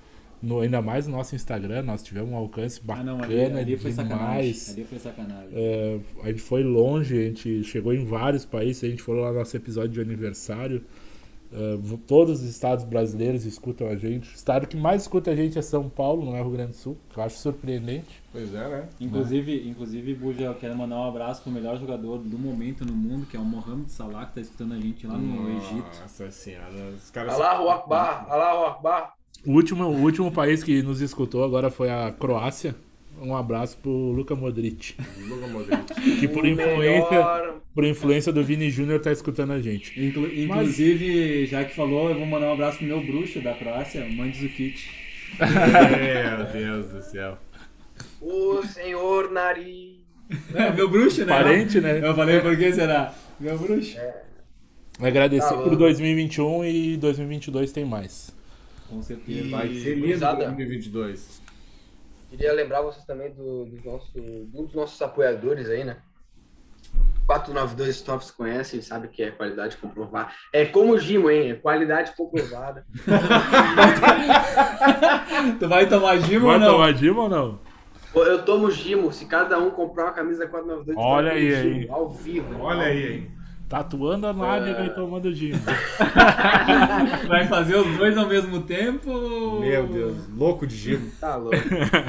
no, ainda mais no nosso Instagram, nós tivemos um alcance Ah, bacana não, ali, ali foi sacanagem. demais. Ali foi sacanagem. É, a gente foi longe, a gente chegou em vários países, a gente foi lá no nosso episódio de aniversário. É, v- todos os estados brasileiros escutam a gente. O estado que mais escuta a gente é São Paulo, não é Rio Grande do Sul, que eu acho surpreendente. Pois é, né? Inclusive, inclusive, Buja, eu quero mandar um abraço pro melhor jogador do momento no mundo, que é o Mohamed Salah, que tá escutando a gente lá no Egito. Nossa senhora. Os caras. Alá, Akbar, Alá, Akbar. O último, o último país que nos escutou agora foi a Croácia. Um abraço pro Luka Modric, Luka Modric. que por O influência, melhor. por influência do Vini Júnior tá escutando a gente. Inclu- inclusive, já que falou, eu vou mandar um abraço pro meu bruxo da Croácia, o Mandzukic. Meu Deus do céu. O senhor nariz. É, meu bruxo, né? Parente, né? Eu falei, por que será? Meu bruxo. Agradecer Tá bom. por 2021 e 2022 tem mais. Com certeza. Vai ser lindo Cruzada. 2022. Queria lembrar vocês também do, do nosso, de um dos nossos apoiadores aí, né? 492 Stops conhecem, sabe que é qualidade comprovada. É como o Gimo, hein? É qualidade comprovada. Tu vai tomar gimo ou Vai não? tomar Dima ou não? Pô, Eu tomo Gimo, se cada um comprar uma camisa da 492, Olha toma aí, um Gimo, aí. ao vivo. Olha aí, hein? Tatuando a É. nádega e tomando gin. Vai fazer os dois ao mesmo tempo? Meu Deus. Louco de giro. Tá louco.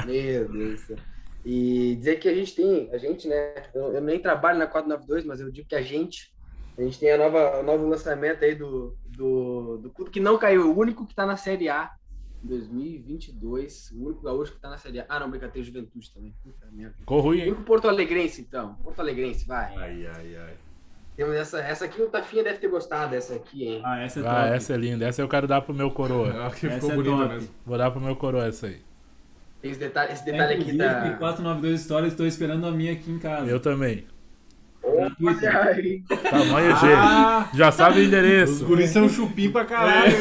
Meu Deus do céu. E dizer que a gente tem, a gente, né? Eu, eu nem trabalho na 492, mas eu digo que a gente, a gente tem a nova, o novo lançamento aí do, do, do clube que não caiu, o único que tá na Série A 2022, o único gaúcho que tá na Série A. Ah, não, brincadeira, Juventude também. Puta merda. Ficou ruim, O hein? único Porto Alegrense, então. Porto Alegrense, vai. Ai, ai, ai. Temos essa, essa aqui o Tafinha deve ter gostado, essa aqui, hein? Ah, essa é top. Ah, essa é linda. Essa eu quero dar pro meu coroa. Ah, que Essa ficou é bonito top. mesmo. Vou dar pro meu coroa essa aí. Tem esse detalhe, esse É, detalhe aqui inclusive, da. 492 histórias, estou esperando a minha aqui em Ah. casa. Eu também. Olha aí. Tamanho Ah! G. Já sabe o Os endereço. guris são chupim pra caralho.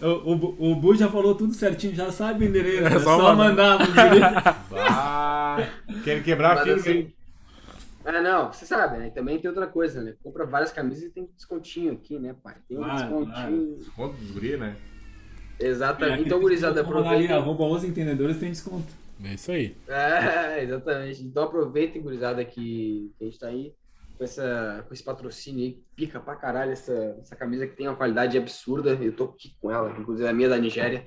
O, o, Bu- o Bu já falou tudo certinho, já sabe o endereço. É, É só, só mandar. pros guris. Ah, querem quebrar a Mas, firma, assim, hein? Ah, não, você sabe, né? Também tem outra coisa, né? Compra várias camisas e tem descontinho aqui, né, pai? Tem um Claro, descontinho. Conta dos guris, né? Exatamente. Então, gurizada, Vamos lá ali, aproveita. arroba os entendedores tem desconto. É isso aí. É, exatamente. Então aproveitem, gurizada, que, que a gente tá aí com, essa, com esse patrocínio aí, que pica pra caralho essa, essa camisa que tem uma qualidade absurda. Eu tô aqui com ela, inclusive a minha é da Nigéria.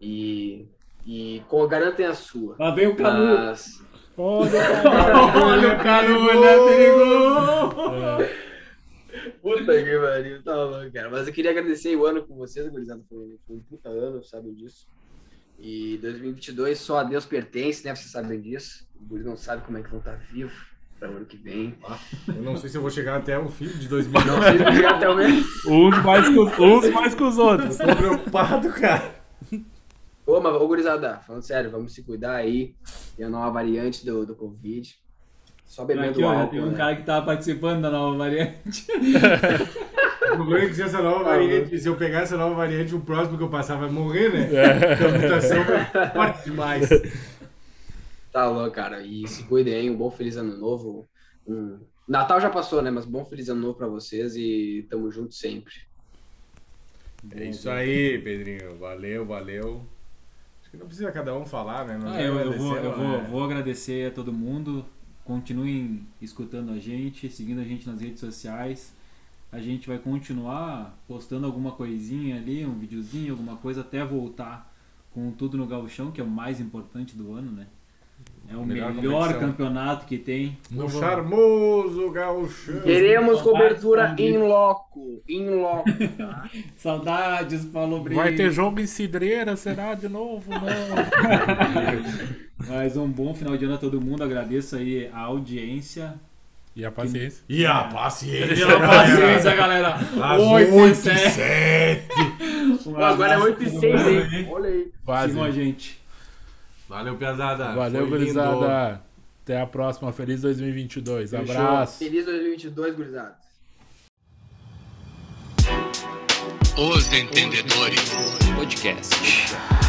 E, e com, garantem a sua. Lá vem o Canu. Mas, Ah, Olha o Canu, olha, perigou. Puta que pariu, tá louco, cara. Mas eu queria agradecer o ano com vocês, gurizada. Foi, foi um puta ano, sabem disso. E 2022 só a Deus pertence, né? Vocês sabem disso. O guri não sabe como é que vão estar vivos para o ano que vem. Eu não sei se eu vou chegar até o fim de Não 2009. sei se vai chegar até o mês. Uns mais que os, uns mais que os outros. Tô preocupado, cara. Ô, mas, ô, gurizada, falando sério, vamos se cuidar aí. Tem a nova variante do, do Covid. Só bebendo Aqui, ó, já álcool. tem um né? cara que tava participando da nova variante. O problema é que se essa nova variante, se eu pegar essa nova variante, o próximo que eu passar vai morrer, né? Então, A mutação é forte demais. Tá louco, cara. E se cuidem aí. Um bom feliz ano novo. Um... Natal já passou, né? Mas bom feliz ano novo pra vocês e tamo junto sempre. É isso aí, Pedrinho. Valeu, valeu. Acho que não precisa cada um falar, né? Não Ah, tem eu, eu agradecer, vou, né? eu vou, vou agradecer a todo mundo. Continuem escutando a gente, seguindo a gente nas redes sociais. A gente vai continuar postando alguma coisinha ali, um videozinho, alguma coisa, até voltar com tudo no gauchão, que é o mais importante do ano, né? É o Melhor melhor, competição. campeonato que tem. Não No vou- charmoso gauchão. Queremos Saudades, cobertura Paulo em Brito. loco. Em loco. Saudades, Paulo Brito. Vai ter jogo em Cidreira, será de novo? Não. Mas um bom final de ano a todo mundo. Agradeço aí a audiência. E a paciência. E a paciência. Pela paciência, galera. Às Oito e 8 e sete. 7. Um Pô, agora é abraço 8 e pra todo 6, mundo hein? aí. Olha aí. Quase. Sigam a gente. Valeu, pesada. Valeu, Foi lindo. gurizada. Até a próxima. Feliz 2022. Fechou. Abraço. Feliz 2022, gurizada. Os Entendedores Podcast.